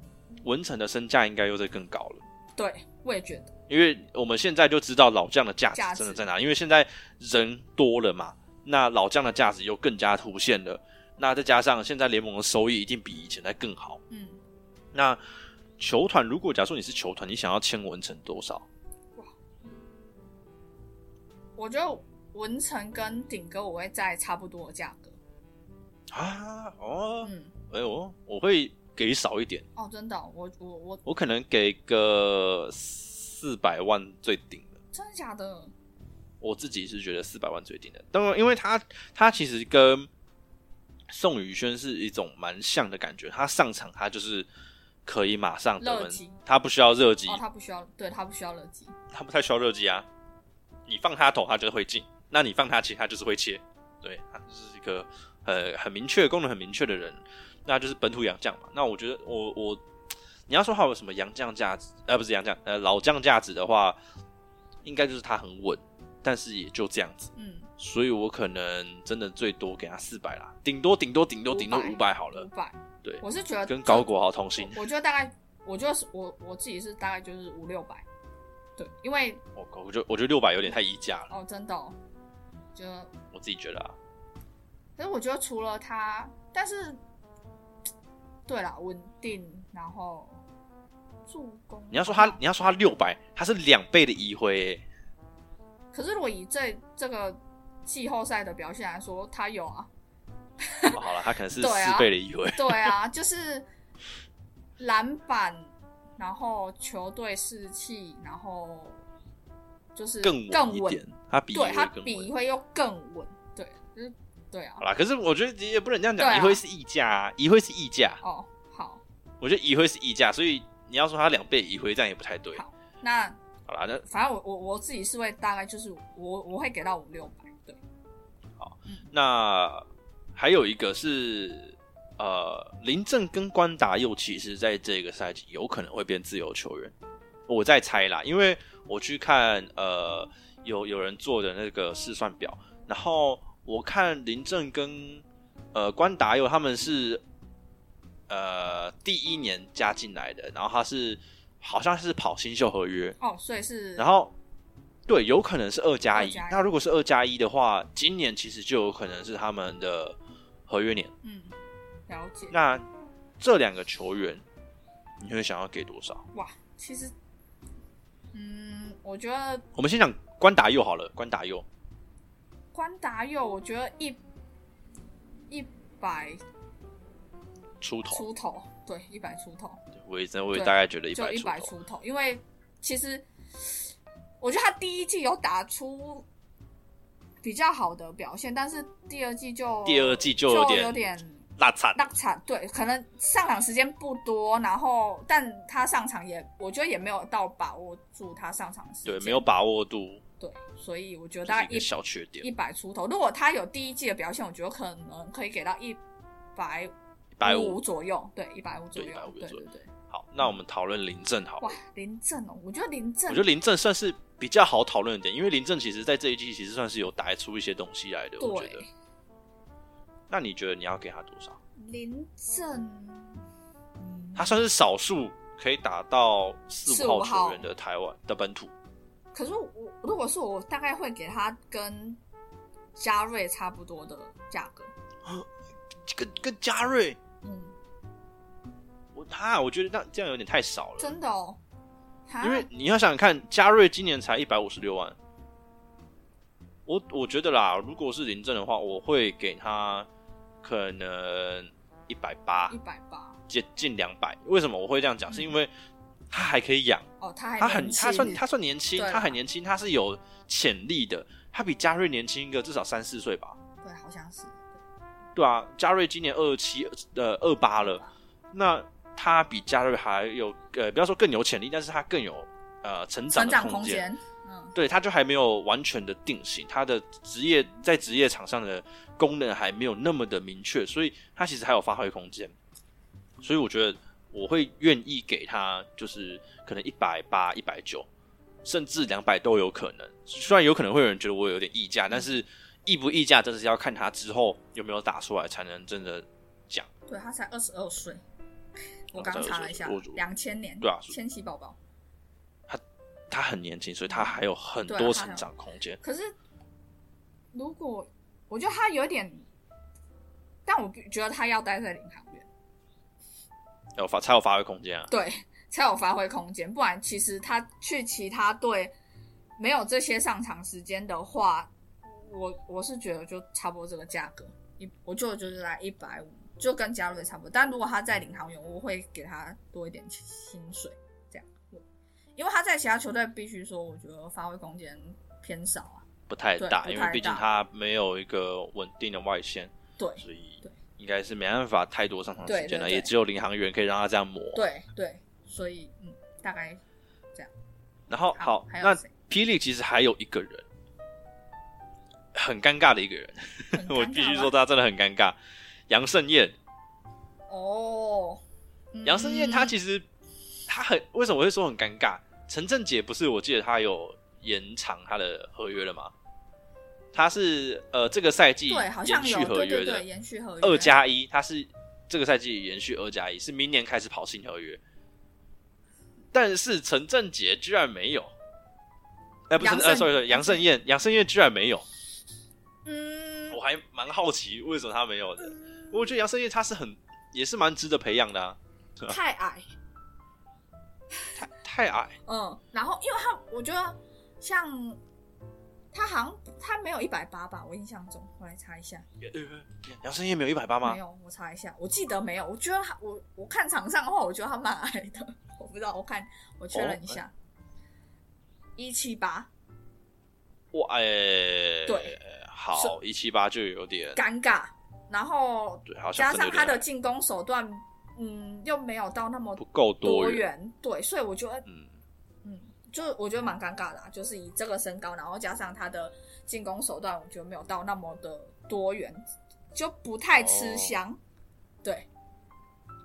Speaker 1: 文成的身价应该又在更高了。
Speaker 2: 对，我也觉得
Speaker 1: 因为我们现在就知道老将的价
Speaker 2: 价
Speaker 1: 值
Speaker 2: 值
Speaker 1: 真的在哪，因为现在人多了嘛，那老将的价值又更加凸显了。那再加上现在联盟的收益一定比以前在更好。
Speaker 2: 嗯，
Speaker 1: 那球团如果假如说你是球团，你想要签文成多少？
Speaker 2: 我觉得文成跟顶哥我会在差不多的价格，
Speaker 1: 啊，哦，
Speaker 2: 嗯，
Speaker 1: 哎呦，我会给少一点，
Speaker 2: 哦，真的哦，我我我
Speaker 1: 我可能给个四百万最顶的。
Speaker 2: 真的假的？
Speaker 1: 我自己是觉得四百万最顶的，当然，因为他他其实跟宋宇轩是一种蛮像的感觉，他上场他就是可以马上得
Speaker 2: 热
Speaker 1: 分
Speaker 2: 机，
Speaker 1: 他不需要热机，
Speaker 2: 哦，他不需要，对他不需要乐基，
Speaker 1: 他不太需要热机啊。你放他投，他就是会进；那你放他切，他就是会切。对，他就是一个呃很明确功能很明确的人，那就是本土洋将嘛。那我觉得我我你要说他有什么洋将价值，呃不是洋将，呃老将价值的话，应该就是他很稳，但是也就这样子。
Speaker 2: 嗯，
Speaker 1: 所以我可能真的最多给他四百啦，顶多顶多顶多顶多五百好
Speaker 2: 五
Speaker 1: 了。
Speaker 2: 百，
Speaker 1: 对
Speaker 2: 我是觉得
Speaker 1: 跟
Speaker 2: 这
Speaker 1: 高国豪同心，
Speaker 2: 我我觉得大概，我觉得是我我自己是大概就是五六百，对，因为
Speaker 1: 我我觉得我觉得六百有点太溢价了，
Speaker 2: 哦真的、哦，就
Speaker 1: 我自己觉得啊。
Speaker 2: 可是我觉得除了他，但是对啦，稳定，然后助攻，
Speaker 1: 你要说他你要说他六百，他是两倍的移辉、 欸，
Speaker 2: 可是如果以这这个季后赛的表现来说，他有啊，
Speaker 1: 哦好了，他可能是
Speaker 2: 对啊
Speaker 1: 四倍的移辉。
Speaker 2: 对啊， 就是篮板，然后球队士气，然后就是
Speaker 1: 更
Speaker 2: 更
Speaker 1: 一点
Speaker 2: 稳，，
Speaker 1: 他比移
Speaker 2: 对
Speaker 1: 辉
Speaker 2: 他
Speaker 1: 更
Speaker 2: 比
Speaker 1: 稳
Speaker 2: 一。会又更稳，对，就是对啊
Speaker 1: 好，啦，可是我觉得也不能这样
Speaker 2: 对
Speaker 1: 讲，
Speaker 2: 啊
Speaker 1: 移辉是溢价、啊，移辉是溢价，
Speaker 2: 哦，好，
Speaker 1: 我觉得移辉是溢价，所以你要说他两倍移辉，这样也不太对。
Speaker 2: 好那
Speaker 1: 好啦，那
Speaker 2: 反正我我我自己是会大概就是我我会给到五六百，对，
Speaker 1: 那还有一个是，呃，林正跟关达佑，其实在这个赛季有可能会变自由球员，我在猜啦，因为我去看呃有有人做的那个试算表，然后我看林正跟呃关达佑他们是呃第一年加进来的，然后他是好像是跑新秀合约，
Speaker 2: 哦，所以是
Speaker 1: 然后对，有可能是二加
Speaker 2: 二
Speaker 1: 一
Speaker 2: 加一。
Speaker 1: 那如果是二加一的话，今年其实就有可能是他们的合约年。
Speaker 2: 嗯，了解，
Speaker 1: 那这两个球员，你会想要给多少？
Speaker 2: 哇，其实嗯，我觉得
Speaker 1: 我们先讲关达佑好了，关达佑
Speaker 2: 关达佑，我觉得一一百
Speaker 1: 出头，
Speaker 2: 出头，对，一百出头，
Speaker 1: 我也真我也
Speaker 2: 对
Speaker 1: 大概觉得一
Speaker 2: 就
Speaker 1: 百
Speaker 2: 一
Speaker 1: 出
Speaker 2: 百
Speaker 1: 头，
Speaker 2: 出头。因为其实我觉得他第一季有打出比较好的表现，但是第二季就
Speaker 1: 第二季就
Speaker 2: 就
Speaker 1: 有
Speaker 2: 有
Speaker 1: 点
Speaker 2: 点
Speaker 1: 拉惨，
Speaker 2: 那场对，可能上场时间不多，然后但他上场也，我觉得也没有到把握住他上场时间，
Speaker 1: 对，没有把握度，
Speaker 2: 对，所以我觉得
Speaker 1: 这
Speaker 2: 大
Speaker 1: 是
Speaker 2: 概
Speaker 1: 一
Speaker 2: 一
Speaker 1: 个小缺点，
Speaker 2: 一百出头。如果他有第一季的表现，我觉得可能可以给到一百
Speaker 1: 一百
Speaker 2: 五
Speaker 1: 五。
Speaker 2: 左右，对，一百五左
Speaker 1: 对
Speaker 2: 右
Speaker 1: 150，
Speaker 2: 对
Speaker 1: 左右
Speaker 2: 对对。
Speaker 1: 好，那我们讨论林正好了，
Speaker 2: 哇，林正哦，我觉得林
Speaker 1: 我
Speaker 2: 正
Speaker 1: 觉得林正算是比较好讨论的点，因为林正其实在这一季其实算是有打出一些东西来的，我觉得
Speaker 2: 对。
Speaker 1: 那你觉得你要给他多少？
Speaker 2: 林正，嗯
Speaker 1: 他算是少数可以打到四
Speaker 2: 四
Speaker 1: 五
Speaker 2: 五
Speaker 1: 号球
Speaker 2: 号
Speaker 1: 员的台湾的本土，
Speaker 2: 可是我如果是我，大概会给他跟嘉瑞差不多的价格，
Speaker 1: 跟跟嘉瑞，
Speaker 2: 嗯。
Speaker 1: 我他我觉得那这样有点太少了，
Speaker 2: 真的哦，哈
Speaker 1: 因为你要想想看，嘉瑞今年才一百五十六万，我我觉得啦，如果是林正的话，我会给他可能一百八
Speaker 2: 一，百八
Speaker 1: 接近两百。为什么我会这样讲？
Speaker 2: 嗯
Speaker 1: 是因为他还可以养，
Speaker 2: 哦，他还
Speaker 1: 他很
Speaker 2: 年轻
Speaker 1: 他算他算年轻，
Speaker 2: 对啦啊
Speaker 1: 他很年轻，他是有潜力的，他比嘉瑞年轻个至少三四岁吧。
Speaker 2: 对，好像是
Speaker 1: 对啊，嘉瑞今年二七呃二八了，那他比嘉瑞还有呃不要说更有潜力，但是他更有呃成长
Speaker 2: 成
Speaker 1: 的
Speaker 2: 长空
Speaker 1: 间。
Speaker 2: 间，嗯，
Speaker 1: 对，他就还没有完全的定型，他的职业在职业场上的功能还没有那么的明确，所以他其实还有发挥空间。所以我觉得我会愿意给他，就是可能一百八、一百九，甚至两百都有可能。虽然有可能会有人觉得我有点溢价，但是溢不溢价，真的是要看他之后有没有打出来，才能真的讲。
Speaker 2: 对他才二十二岁，我
Speaker 1: 哦
Speaker 2: 刚
Speaker 1: 才
Speaker 2: 查了一下
Speaker 1: 22岁我，
Speaker 2: 两千年
Speaker 1: 对啊是
Speaker 2: 千禧宝宝。
Speaker 1: 他很年轻，所以他还有很
Speaker 2: 对
Speaker 1: 多
Speaker 2: 啊他还
Speaker 1: 成
Speaker 2: 有
Speaker 1: 长空间。
Speaker 2: 可是如果我觉得他有点，但我觉得他要待在领航员，
Speaker 1: 有发才有发挥空间啊！
Speaker 2: 对，才有发挥空间，不然其实他去其他队没有这些上场时间的话，我我是觉得就差不多这个价格，一我就就是来一百五，就跟加瑞差不多。但如果他在领航员，我会给他多一点薪水，这样，我因为他在其他球队必须说，我觉得发挥空间偏少啊。
Speaker 1: 不太
Speaker 2: 对
Speaker 1: 大，
Speaker 2: 不
Speaker 1: 因为
Speaker 2: 太
Speaker 1: 毕竟
Speaker 2: 大
Speaker 1: 他没有一个稳定的外线，
Speaker 2: 对
Speaker 1: 所以
Speaker 2: 对
Speaker 1: 应该是没办法太多上场时间
Speaker 2: 对
Speaker 1: 了，
Speaker 2: 对对
Speaker 1: 也只有领航员可以让他这样磨。，
Speaker 2: 对对，所以嗯，大概
Speaker 1: 然后
Speaker 2: 好
Speaker 1: 好，
Speaker 2: 还有
Speaker 1: 那
Speaker 2: 谁？
Speaker 1: 霹雳其实还有一个人，很尴尬的一个人，
Speaker 2: 很
Speaker 1: 我
Speaker 2: 尴尬
Speaker 1: 必须
Speaker 2: 吧
Speaker 1: 说他真的很尴尬。杨胜燕，
Speaker 2: 哦，
Speaker 1: 杨胜燕
Speaker 2: 嗯
Speaker 1: 她其实她很为什么会说很尴尬？陈正杰不是我记得她有延长她的合约了吗？她是呃这个赛季
Speaker 2: 对好像
Speaker 1: 延
Speaker 2: 有
Speaker 1: 续合约的，
Speaker 2: 对对对延续合约
Speaker 1: 二加一，它是这个赛季延续二加一，是明年开始跑新合约。但是陈正杰居然没有，哎、不是，
Speaker 2: 杨胜
Speaker 1: 呃，sorry，sorry，杨胜燕，杨胜燕居然没有，
Speaker 2: 嗯，
Speaker 1: 我还蛮好奇为什么他没有的。我觉得杨胜燕她是很也是蛮值得培养的、啊，
Speaker 2: 太矮，
Speaker 1: 太太矮，
Speaker 2: 嗯，然后因为他，我觉得像他好像他没有一百八吧，我印象中，我来查一下，
Speaker 1: 呃杨胜燕没有一百八吗
Speaker 2: 没？有，我查一下，我记得没有，我觉得他，我我看场上的话，我觉得他蛮矮的，我不知道，我看我确
Speaker 1: 哦
Speaker 2: 认一下，一七八，
Speaker 1: 哇，哎、
Speaker 2: 对，
Speaker 1: 好一七八就有点，
Speaker 2: 尴尬，然后
Speaker 1: 对，好像
Speaker 2: 加
Speaker 1: 真的
Speaker 2: 上
Speaker 1: 有
Speaker 2: 他
Speaker 1: 点
Speaker 2: 的进攻手段，嗯，又没有到那么
Speaker 1: 不够
Speaker 2: 多
Speaker 1: 元，
Speaker 2: 元，对，所以我觉得
Speaker 1: 嗯，
Speaker 2: 嗯，就是我觉得蛮尴尬的、啊，就是以这个身高，然后加上他的进攻手段，我觉得没有到那么的多元，就不太吃香。对，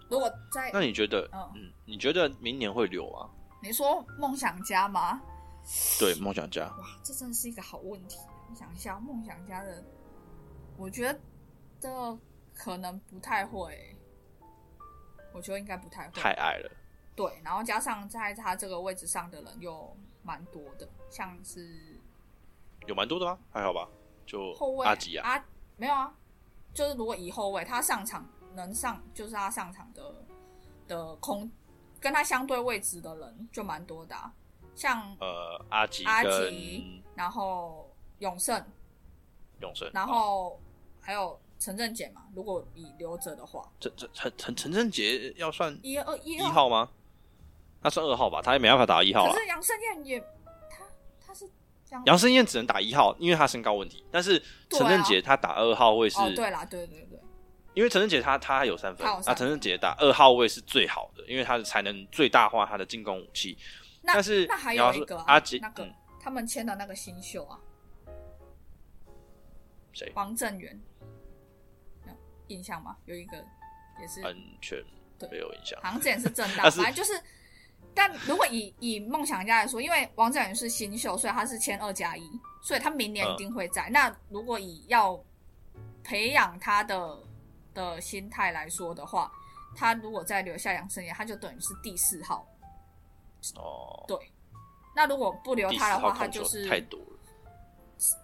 Speaker 2: 如果在
Speaker 1: 哦那你觉得，
Speaker 2: 嗯
Speaker 1: 嗯，你觉得明年会留吗？
Speaker 2: 你说梦想家吗？
Speaker 1: 对，梦想家。
Speaker 2: 哇，这真的是一个好问题。我想一下，梦想家的，我觉得可能不太会，欸我觉得应该不太会。
Speaker 1: 太矮了。
Speaker 2: 对，然后加上在他这个位置上的人又蛮多的，像是
Speaker 1: 有蛮多的吗？还好吧，就
Speaker 2: 后卫
Speaker 1: 阿吉啊，
Speaker 2: 阿没有啊，就是如果以后卫他上场能上，就是他上场的的空，跟他相对位置的人就蛮多的啊、像
Speaker 1: 呃，阿吉
Speaker 2: 阿
Speaker 1: 跟
Speaker 2: 吉然后永胜，
Speaker 1: 永生，哦
Speaker 2: 然后还有陈振杰嘛，如果以留着的话，
Speaker 1: 陈陈陈陈陈正杰要算
Speaker 2: 一二一
Speaker 1: 一
Speaker 2: 二，
Speaker 1: 号吗？他算二号吧，他也没办法打一号了啊
Speaker 2: 可。是杨胜燕也他他是杨
Speaker 1: 杨胜燕只能打一号，因为他身高问题。但是
Speaker 2: 对啊
Speaker 1: 陈正杰他打二号位是，
Speaker 2: 哦对啦，对对对，
Speaker 1: 因为陈正杰他他有三分，
Speaker 2: 他有三分
Speaker 1: 那陈正杰打二号位是最好的，因为他才能最大化他的进攻武器。
Speaker 2: 那
Speaker 1: 但是
Speaker 2: 那还
Speaker 1: 你要
Speaker 2: 有
Speaker 1: 是
Speaker 2: 一个啊
Speaker 1: 阿吉
Speaker 2: 那个
Speaker 1: 嗯
Speaker 2: 他们签的那个新秀啊，
Speaker 1: 谁？
Speaker 2: 王正源，有印象吗？有一个也是，
Speaker 1: 完全
Speaker 2: 对
Speaker 1: 没有影响。
Speaker 2: 好像之前是正
Speaker 1: 他
Speaker 2: 大，
Speaker 1: 啊是
Speaker 2: 反正就是。但如果以以梦想家来说，因为王正源是新秀，所以他是签二加一，所以他明年
Speaker 1: 嗯
Speaker 2: 一定会在。那如果以要培养他的的心态来说的话，他如果再留下杨胜也，他就等于是第四号。
Speaker 1: 哦，
Speaker 2: 对，那如果不留
Speaker 1: 第四
Speaker 2: 他的话，
Speaker 1: 号
Speaker 2: 他
Speaker 1: 控
Speaker 2: 就
Speaker 1: 球
Speaker 2: 是
Speaker 1: 太多了。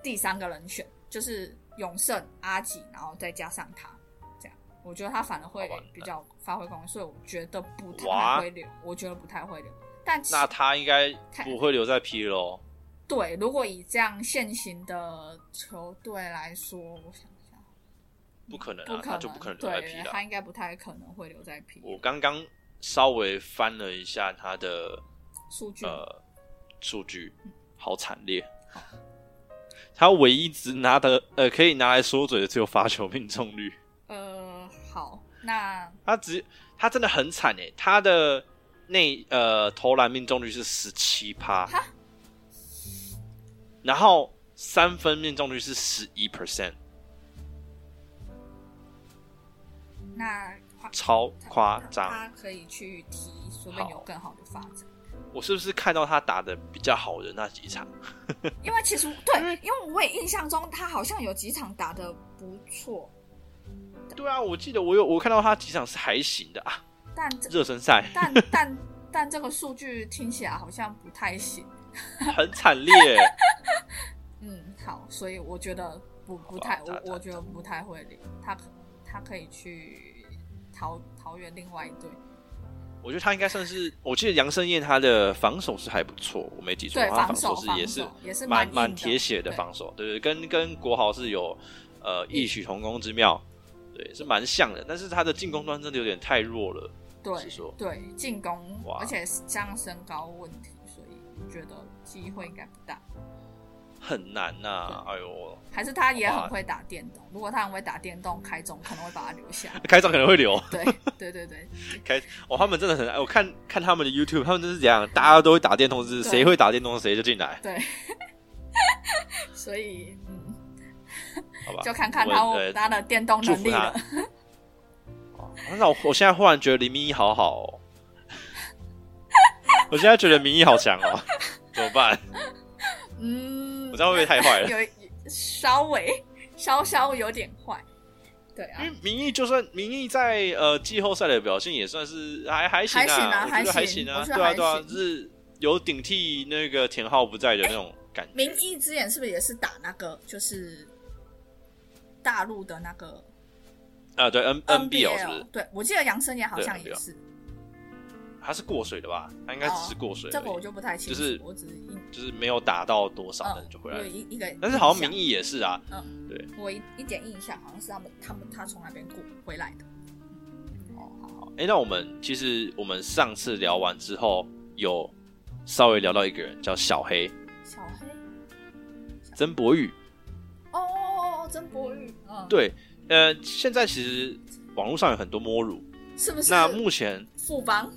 Speaker 2: 第三个人选，就是永胜、阿吉，然后再加上他，这样，我觉得他反而会
Speaker 1: 好吧
Speaker 2: 比较发挥功用，所以我觉得不
Speaker 1: 哇
Speaker 2: 太会留，我觉得不太会留。但其
Speaker 1: 那他应该
Speaker 2: 太
Speaker 1: 不会留在 P 喽。
Speaker 2: 嗯对，如果以这样现行的球队来说，我想一下，
Speaker 1: 不可能啊
Speaker 2: 不可
Speaker 1: 他
Speaker 2: 能，
Speaker 1: 就不可能留在 P
Speaker 2: 对
Speaker 1: 啦
Speaker 2: 他应该不太可能会留在 P
Speaker 1: 我刚刚稍微翻了一下他的
Speaker 2: 数据。
Speaker 1: 呃数据，好惨烈。
Speaker 2: 哦
Speaker 1: 他唯一只拿的呃可以拿来说嘴的只有罚球命中率，
Speaker 2: 呃，好，那
Speaker 1: 他只他真的很惨哎，他的内呃投篮命中率是十七趴
Speaker 2: 哈，
Speaker 1: 然后三分命中率是十一 percent，
Speaker 2: 那
Speaker 1: 超夸张。
Speaker 2: 他可以去踢，说不定有
Speaker 1: 好
Speaker 2: 更好的发展。
Speaker 1: 我是不是看到他打的比较好的那几场？
Speaker 2: 因为其实对，因为我也印象中他好像有几场打的不错，
Speaker 1: 对啊，我记得我有我看到他几场是还行的啊，
Speaker 2: 但 这
Speaker 1: 热身 赛
Speaker 2: 但但但这个数据听起来好像不太行。
Speaker 1: 很惨烈。
Speaker 2: 嗯，好，所以我觉得不不太，
Speaker 1: 好吧
Speaker 2: 我
Speaker 1: 他
Speaker 2: 我觉得不太会领他，他可以去桃桃园另外一队，
Speaker 1: 我觉得他应该算是，我记得杨胜燕他的防守是还不错，我没记错，
Speaker 2: 对
Speaker 1: 他
Speaker 2: 防守
Speaker 1: 是
Speaker 2: 防
Speaker 1: 也是
Speaker 2: 守也是
Speaker 1: 蛮
Speaker 2: 蛮硬
Speaker 1: 蛮
Speaker 2: 的
Speaker 1: 铁血的
Speaker 2: 对嗯
Speaker 1: 防守，对对，跟跟国豪是有呃异曲同工之妙，对，是蛮像的，但是他的进攻端真的有点太弱了，是说
Speaker 2: 对对，进攻
Speaker 1: 哇，
Speaker 2: 而且加上身高问题，所以我觉得机会应该不大。
Speaker 1: 很难呐、哎呦，
Speaker 2: 还是他也
Speaker 1: 好吧
Speaker 2: 很会打电动，如果他很会打电动，开中可能会把他留 下。
Speaker 1: 开场可能会留，
Speaker 2: 对对对对，
Speaker 1: 开哦，他们真的很，我看看他们的 YouTube，他们就是这样，大家都会打电动，就是
Speaker 2: 对
Speaker 1: 谁会打电动谁就进来，
Speaker 2: 对，所以嗯，
Speaker 1: 好吧，
Speaker 2: 就看看
Speaker 1: 我
Speaker 2: 他
Speaker 1: 们
Speaker 2: 他的电动能力了
Speaker 1: 祝。呃那我我现在忽然觉得林明一好好、 哦，我现在觉得明一好强哦，怎么办？
Speaker 2: 嗯
Speaker 1: 我，这样会不会太坏了？
Speaker 2: 有一稍微稍稍有点坏，对啊
Speaker 1: 因，为民意就算民意在呃季后赛的表现也算是还还行
Speaker 2: 还行啊
Speaker 1: 我觉得还
Speaker 2: 还
Speaker 1: 行
Speaker 2: 行
Speaker 1: 啊，
Speaker 2: 我觉得
Speaker 1: 对啊
Speaker 2: 还
Speaker 1: 对啊，
Speaker 2: 行
Speaker 1: 就是有顶替那个田浩不在的那种感觉。
Speaker 2: 明义之眼是不是也是打那个就是大陆的那个哎
Speaker 1: 啊，对 N NBL
Speaker 2: NBL？
Speaker 1: 是不是？
Speaker 2: 对，我记得杨森也好像
Speaker 1: 对
Speaker 2: 也是，
Speaker 1: 他是过水的吧？他应该只是过水而已，
Speaker 2: 这个我就不太清楚，
Speaker 1: 就是
Speaker 2: 我只是印
Speaker 1: 就是没有打到多少，但
Speaker 2: 嗯
Speaker 1: 是就回来
Speaker 2: 我有
Speaker 1: 了。
Speaker 2: 一一个，
Speaker 1: 但是好像民意也是啊，
Speaker 2: 嗯，
Speaker 1: 对，
Speaker 2: 我一一点印象好像是他们他们他从那边过回来的，
Speaker 1: 哎、那我们其实我们上次聊完之后，有稍微聊到一个人叫小黑
Speaker 2: 小黑。
Speaker 1: 曾博宇。
Speaker 2: 哦哦哦，哦，曾博玉，嗯，，
Speaker 1: 对，呃，现在其实网络上有很多摸乳，
Speaker 2: 是不是？
Speaker 1: 那目前
Speaker 2: 富邦，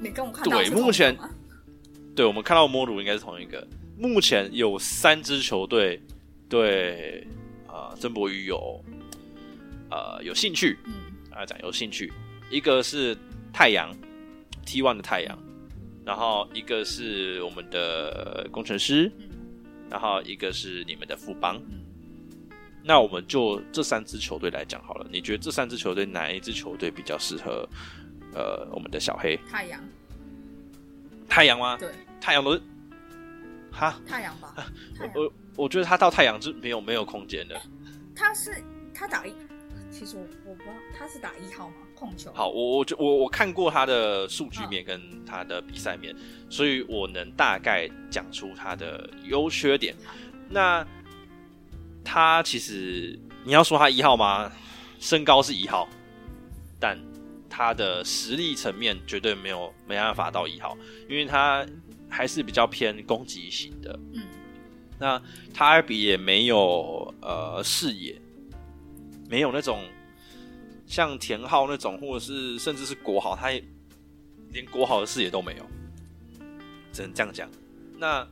Speaker 2: 你跟我看到
Speaker 1: 对
Speaker 2: 是同一个
Speaker 1: 目前
Speaker 2: 吗
Speaker 1: 对我们看到摸乳应该是同一个。目前有三支球队对啊、呃曾博宇有呃有兴趣
Speaker 2: 嗯，
Speaker 1: 啊，讲有兴趣，一个是太阳 T one 的太阳，然后一个是我们的工程师，
Speaker 2: 嗯
Speaker 1: 然后一个是你们的富邦。
Speaker 2: 嗯，
Speaker 1: 那我们就这三支球队来讲好了，你觉得这三支球队哪一支球队比较适合？呃，我们的小黑
Speaker 2: 太阳，
Speaker 1: 太阳吗？
Speaker 2: 对，
Speaker 1: 太阳都是哈，
Speaker 2: 太阳吧，太
Speaker 1: 我
Speaker 2: 阳，
Speaker 1: 我我觉得他到太阳是没有没有空间的。
Speaker 2: 他是他打一，其实我我不知道他是打一号吗？控球，
Speaker 1: 好，，我我就我我看过他的数据面跟他的比赛面，所以我能大概讲出他的优缺点。那他其实你要说他一号吗？身高是一号，但他的实力层面绝对没有没办法到一号，因为他还是比较偏攻击型的。
Speaker 2: 嗯，
Speaker 1: 那他艾比也没有呃视野，没有那种像田浩那种，或者是甚至是国豪，他也连国豪的视野都没有，只能这样讲。那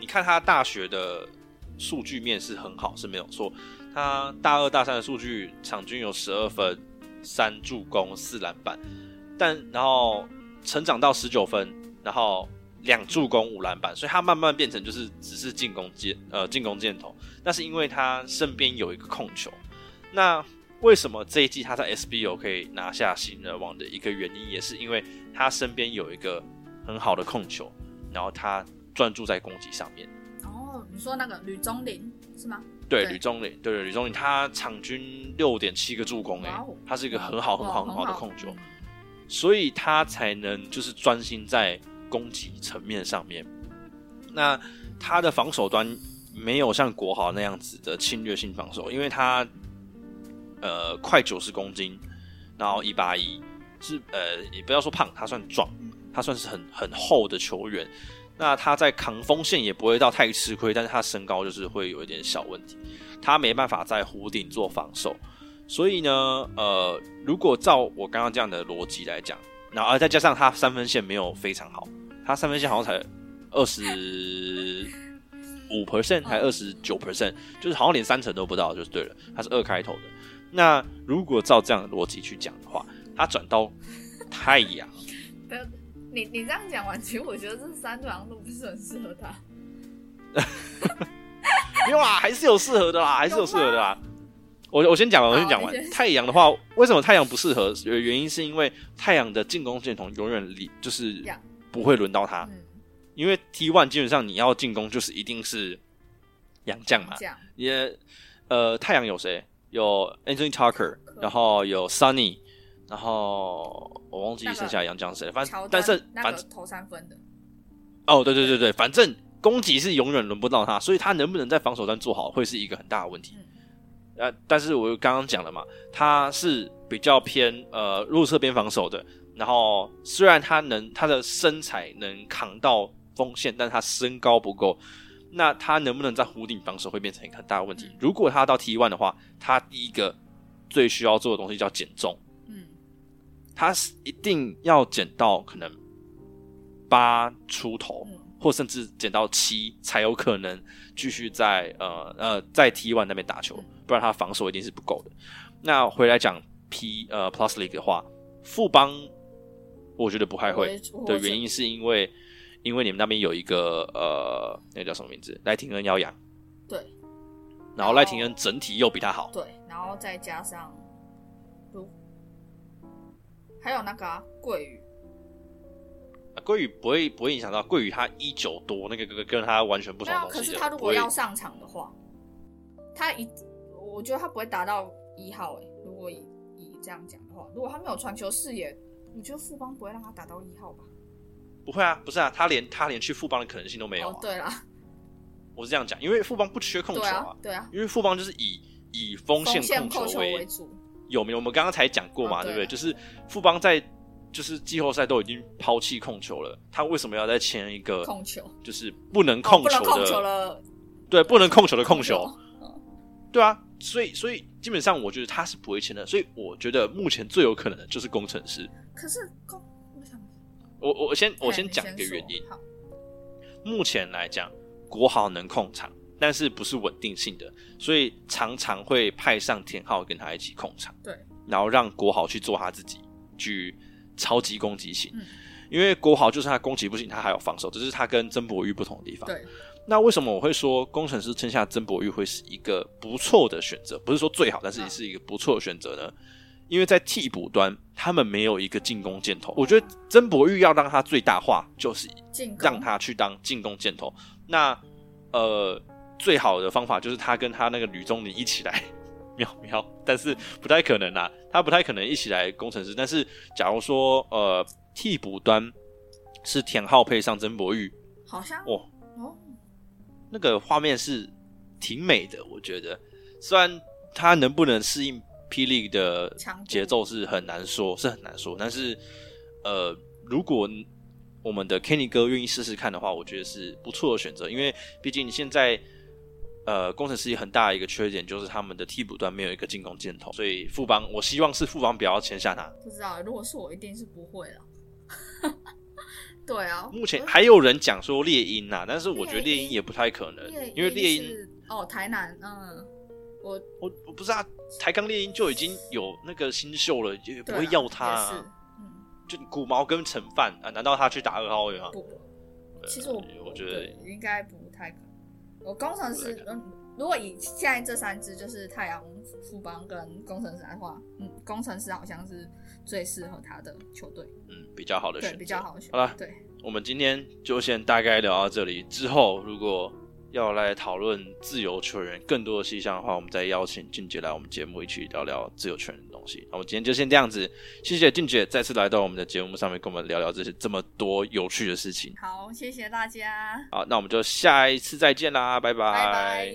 Speaker 1: 你看他大学的数据面是很好，是没有错。他大二大三的数据场均有十二分、三助攻、四篮板，但然后成长到十九分，然后两助攻五篮板，所以他慢慢变成就是只是进攻箭呃进攻箭头，那是因为他身边有一个控球。那为什么这一季他在 SBO 可以拿下新人王的一个原因，也是因为他身边有一个很好的控球，然后他专注在攻击上面。
Speaker 2: 哦，你说那个吕宗林是吗？
Speaker 1: 对，
Speaker 2: 对
Speaker 1: 吕宗磊，对对，吕宗磊，他场均六点七个助攻、欸，
Speaker 2: 哇哦
Speaker 1: 他是一个很好很好
Speaker 2: 哇嗯
Speaker 1: 很好的控球，所以他才能就是专心在攻击层面上面。那他的防守端没有像国豪那样子的侵略性防守，因为他呃快九十公斤，然后一八一，是呃也不要说胖，他算壮，他算是很很厚的球员。那他在扛锋线也不会到太吃亏，但是他身高就是会有一点小问题，他没办法在弧顶做防守。所以呢，呃，如果照我刚刚这样的逻辑来讲，然后、呃、再加上他三分线没有非常好，他三分线好像才二十五 percent 还二十九 percent，就是好像连三成都不到，就是对了，他是二开头的。那如果照这样的逻辑去讲的话，他转到太阳，
Speaker 2: 嗯你你这样讲完，其实我觉得这三段路不是很适合他。
Speaker 1: 没有啊啦，还是有适合的啦，还是有适合的啦。我我先讲完，我先讲完
Speaker 2: 好你。先
Speaker 1: 太阳的话，为什么太阳不适合？呃原因是因为太阳的进攻箭筒永远离就是
Speaker 2: 样
Speaker 1: 不会轮到他，
Speaker 2: 嗯，
Speaker 1: 因为 T one 基本上你要进攻就是一定是杨将嘛，
Speaker 2: 这样
Speaker 1: 也呃，太阳有谁？有 Anthony Tucker，然后有 Sunny，然后我忘记
Speaker 2: 那个
Speaker 1: 剩下杨将谁，反
Speaker 2: 乔
Speaker 1: 正但是
Speaker 2: 丹那
Speaker 1: 反
Speaker 2: 个投三分的，
Speaker 1: 哦，对对对对，反正攻击是永远轮不到他，所以他能不能在防守端做好，会是一个很大的问题。
Speaker 2: 嗯
Speaker 1: 呃，但是我刚刚讲了嘛，他是比较偏呃弱侧边防守的，然后虽然他能他的身材能扛到锋线，但他身高不够，那他能不能在弧顶防守会变成一个很大的问题
Speaker 2: 嗯。
Speaker 1: 如果他到 T one 的话，他第一个最需要做的东西叫减重。
Speaker 2: 嗯，
Speaker 1: 他是一定要减到可能八出头
Speaker 2: 嗯，
Speaker 1: 或甚至减到七，才有可能继续在呃呃在 T one 那边打球
Speaker 2: 嗯，
Speaker 1: 不然他防守一定是不够的。那回来讲 P 呃 Plus League 的话，富邦我觉得不太
Speaker 2: 我
Speaker 1: 会
Speaker 2: 也我
Speaker 1: 的
Speaker 2: 也是
Speaker 1: 原因是因为因为你们那边有一个呃那个叫什么名字赖廷恩要养，
Speaker 2: 对
Speaker 1: 然后赖廷恩整体又比他好，
Speaker 2: 对，然后再加上如还有那个啊桂鱼，
Speaker 1: 啊桂宇不会不会影响到桂宇，他一九多那个跟跟他完全不
Speaker 2: 没
Speaker 1: 同
Speaker 2: 有，
Speaker 1: 的
Speaker 2: 可
Speaker 1: 东西
Speaker 2: 是
Speaker 1: 了。
Speaker 2: 他如
Speaker 1: 不
Speaker 2: 果
Speaker 1: 会
Speaker 2: 要上场的话，他一我觉得他不会达到一号哎、如果以以这样讲的话，如果他没有传球视野，我觉得富邦不会让他打到一号吧？
Speaker 1: 不会啊，不是啊，他连他连去富邦的可能性都没有、啊
Speaker 2: 哦，对啦，
Speaker 1: 我是这样讲，因为富邦不缺控球
Speaker 2: 对啊，对啊，
Speaker 1: 因为富邦就是以以锋
Speaker 2: 锋
Speaker 1: 线
Speaker 2: 线
Speaker 1: 控
Speaker 2: 扣
Speaker 1: 球
Speaker 2: 球
Speaker 1: 为
Speaker 2: 为主，
Speaker 1: 有名。我们刚刚才讲过嘛，
Speaker 2: 哦
Speaker 1: 对
Speaker 2: 对
Speaker 1: 不
Speaker 2: 啊
Speaker 1: 对？就是富邦在就是季后赛都已经抛弃控球了，他为什么要再签一个
Speaker 2: 控球，
Speaker 1: 就是不能
Speaker 2: 哦
Speaker 1: 控
Speaker 2: 不能控
Speaker 1: 的？
Speaker 2: 球了，
Speaker 1: 对，不能控球的控球。
Speaker 2: 控
Speaker 1: 对啊，所以所以基本上我觉得他是不会签的，所以我觉得目前最有可能的就是工程师。
Speaker 2: 可是控，我想
Speaker 1: 我我先我
Speaker 2: 哎
Speaker 1: 先
Speaker 2: 你
Speaker 1: 讲一个
Speaker 2: 说
Speaker 1: 原因，
Speaker 2: 好，
Speaker 1: 目前来讲，国豪能控场，但是不是稳定性的，所以常常会派上田浩跟他一起控场，
Speaker 2: 对，
Speaker 1: 然后让国豪去做他自己，去超级攻击型。
Speaker 2: 嗯
Speaker 1: 因为国豪就是他攻击不行，他还有防守，这是他跟曾博玉不同的地方。
Speaker 2: 对，
Speaker 1: 那为什么我会说工程师签下曾博玉会是一个不错的选择？不是说最好，但
Speaker 2: 嗯
Speaker 1: 是也是一个不错的选择呢？因为在替补端，他们没有一个进攻箭头。我觉得曾博玉要让他最大化，就是
Speaker 2: 进攻
Speaker 1: 让他去当进攻箭头。那呃，最好的方法就是他跟他那个吕宗林一起来 喵喵，但是不太可能啦，他不太可能一起来工程师。但是假如说呃替补端是田浩配上曾博玉，
Speaker 2: 好像
Speaker 1: 哦，
Speaker 2: 哦，
Speaker 1: 那个画面是挺美的，我觉得。虽然他能不能适应霹雳的
Speaker 2: 强度
Speaker 1: 节奏是很难说，是很难说。但是，呃，如果我们的 Kenny 哥愿意试试看的话，我觉得是不错的选择，因为毕竟现在。呃，工程师很大的一个缺点就是他们的替补端没有一个进攻箭头，所以富邦，我希望是富邦不要签下他。
Speaker 2: 不知道，如果是我，一定是不会了。 对啊，
Speaker 1: 目前
Speaker 2: 我
Speaker 1: 还有人讲说猎鹰呐，但是我觉得
Speaker 2: 猎
Speaker 1: 猎
Speaker 2: 鹰
Speaker 1: 鹰也不太可能，因为猎
Speaker 2: 猎
Speaker 1: 鹰
Speaker 2: 是哦，台南，嗯，我
Speaker 1: 我我不知道、啊，台钢猎鹰就已经有那个新秀了，也不
Speaker 2: 对啊
Speaker 1: 会要他、
Speaker 2: 也是
Speaker 1: 啊。
Speaker 2: 嗯，
Speaker 1: 就骨毛跟陈范啊，难道他去打二号位吗？
Speaker 2: 不，其实我
Speaker 1: 呃我觉得
Speaker 2: 对应该不太可能。我工程师
Speaker 1: 不太，
Speaker 2: 嗯，如果以现在这三支就是太阳、富邦跟工程师来的话，嗯，工程师好像是最适合他的球队，
Speaker 1: 嗯比较好的选
Speaker 2: 对，
Speaker 1: 择
Speaker 2: 比较。好的选
Speaker 1: 好啦
Speaker 2: 择。对，
Speaker 1: 我们今天就先大概聊到这里，之后如果要来讨论自由球员更多的细项的话，我们再邀请俊杰来我们节目一起聊聊自由球员的东西。那我们今天就先这样子，谢谢俊杰再次来到我们的节目上面，跟我们聊聊这些这么多有趣的事情。
Speaker 2: 好，谢谢大家，
Speaker 1: 好，那我们就下一次再见啦，
Speaker 2: 拜拜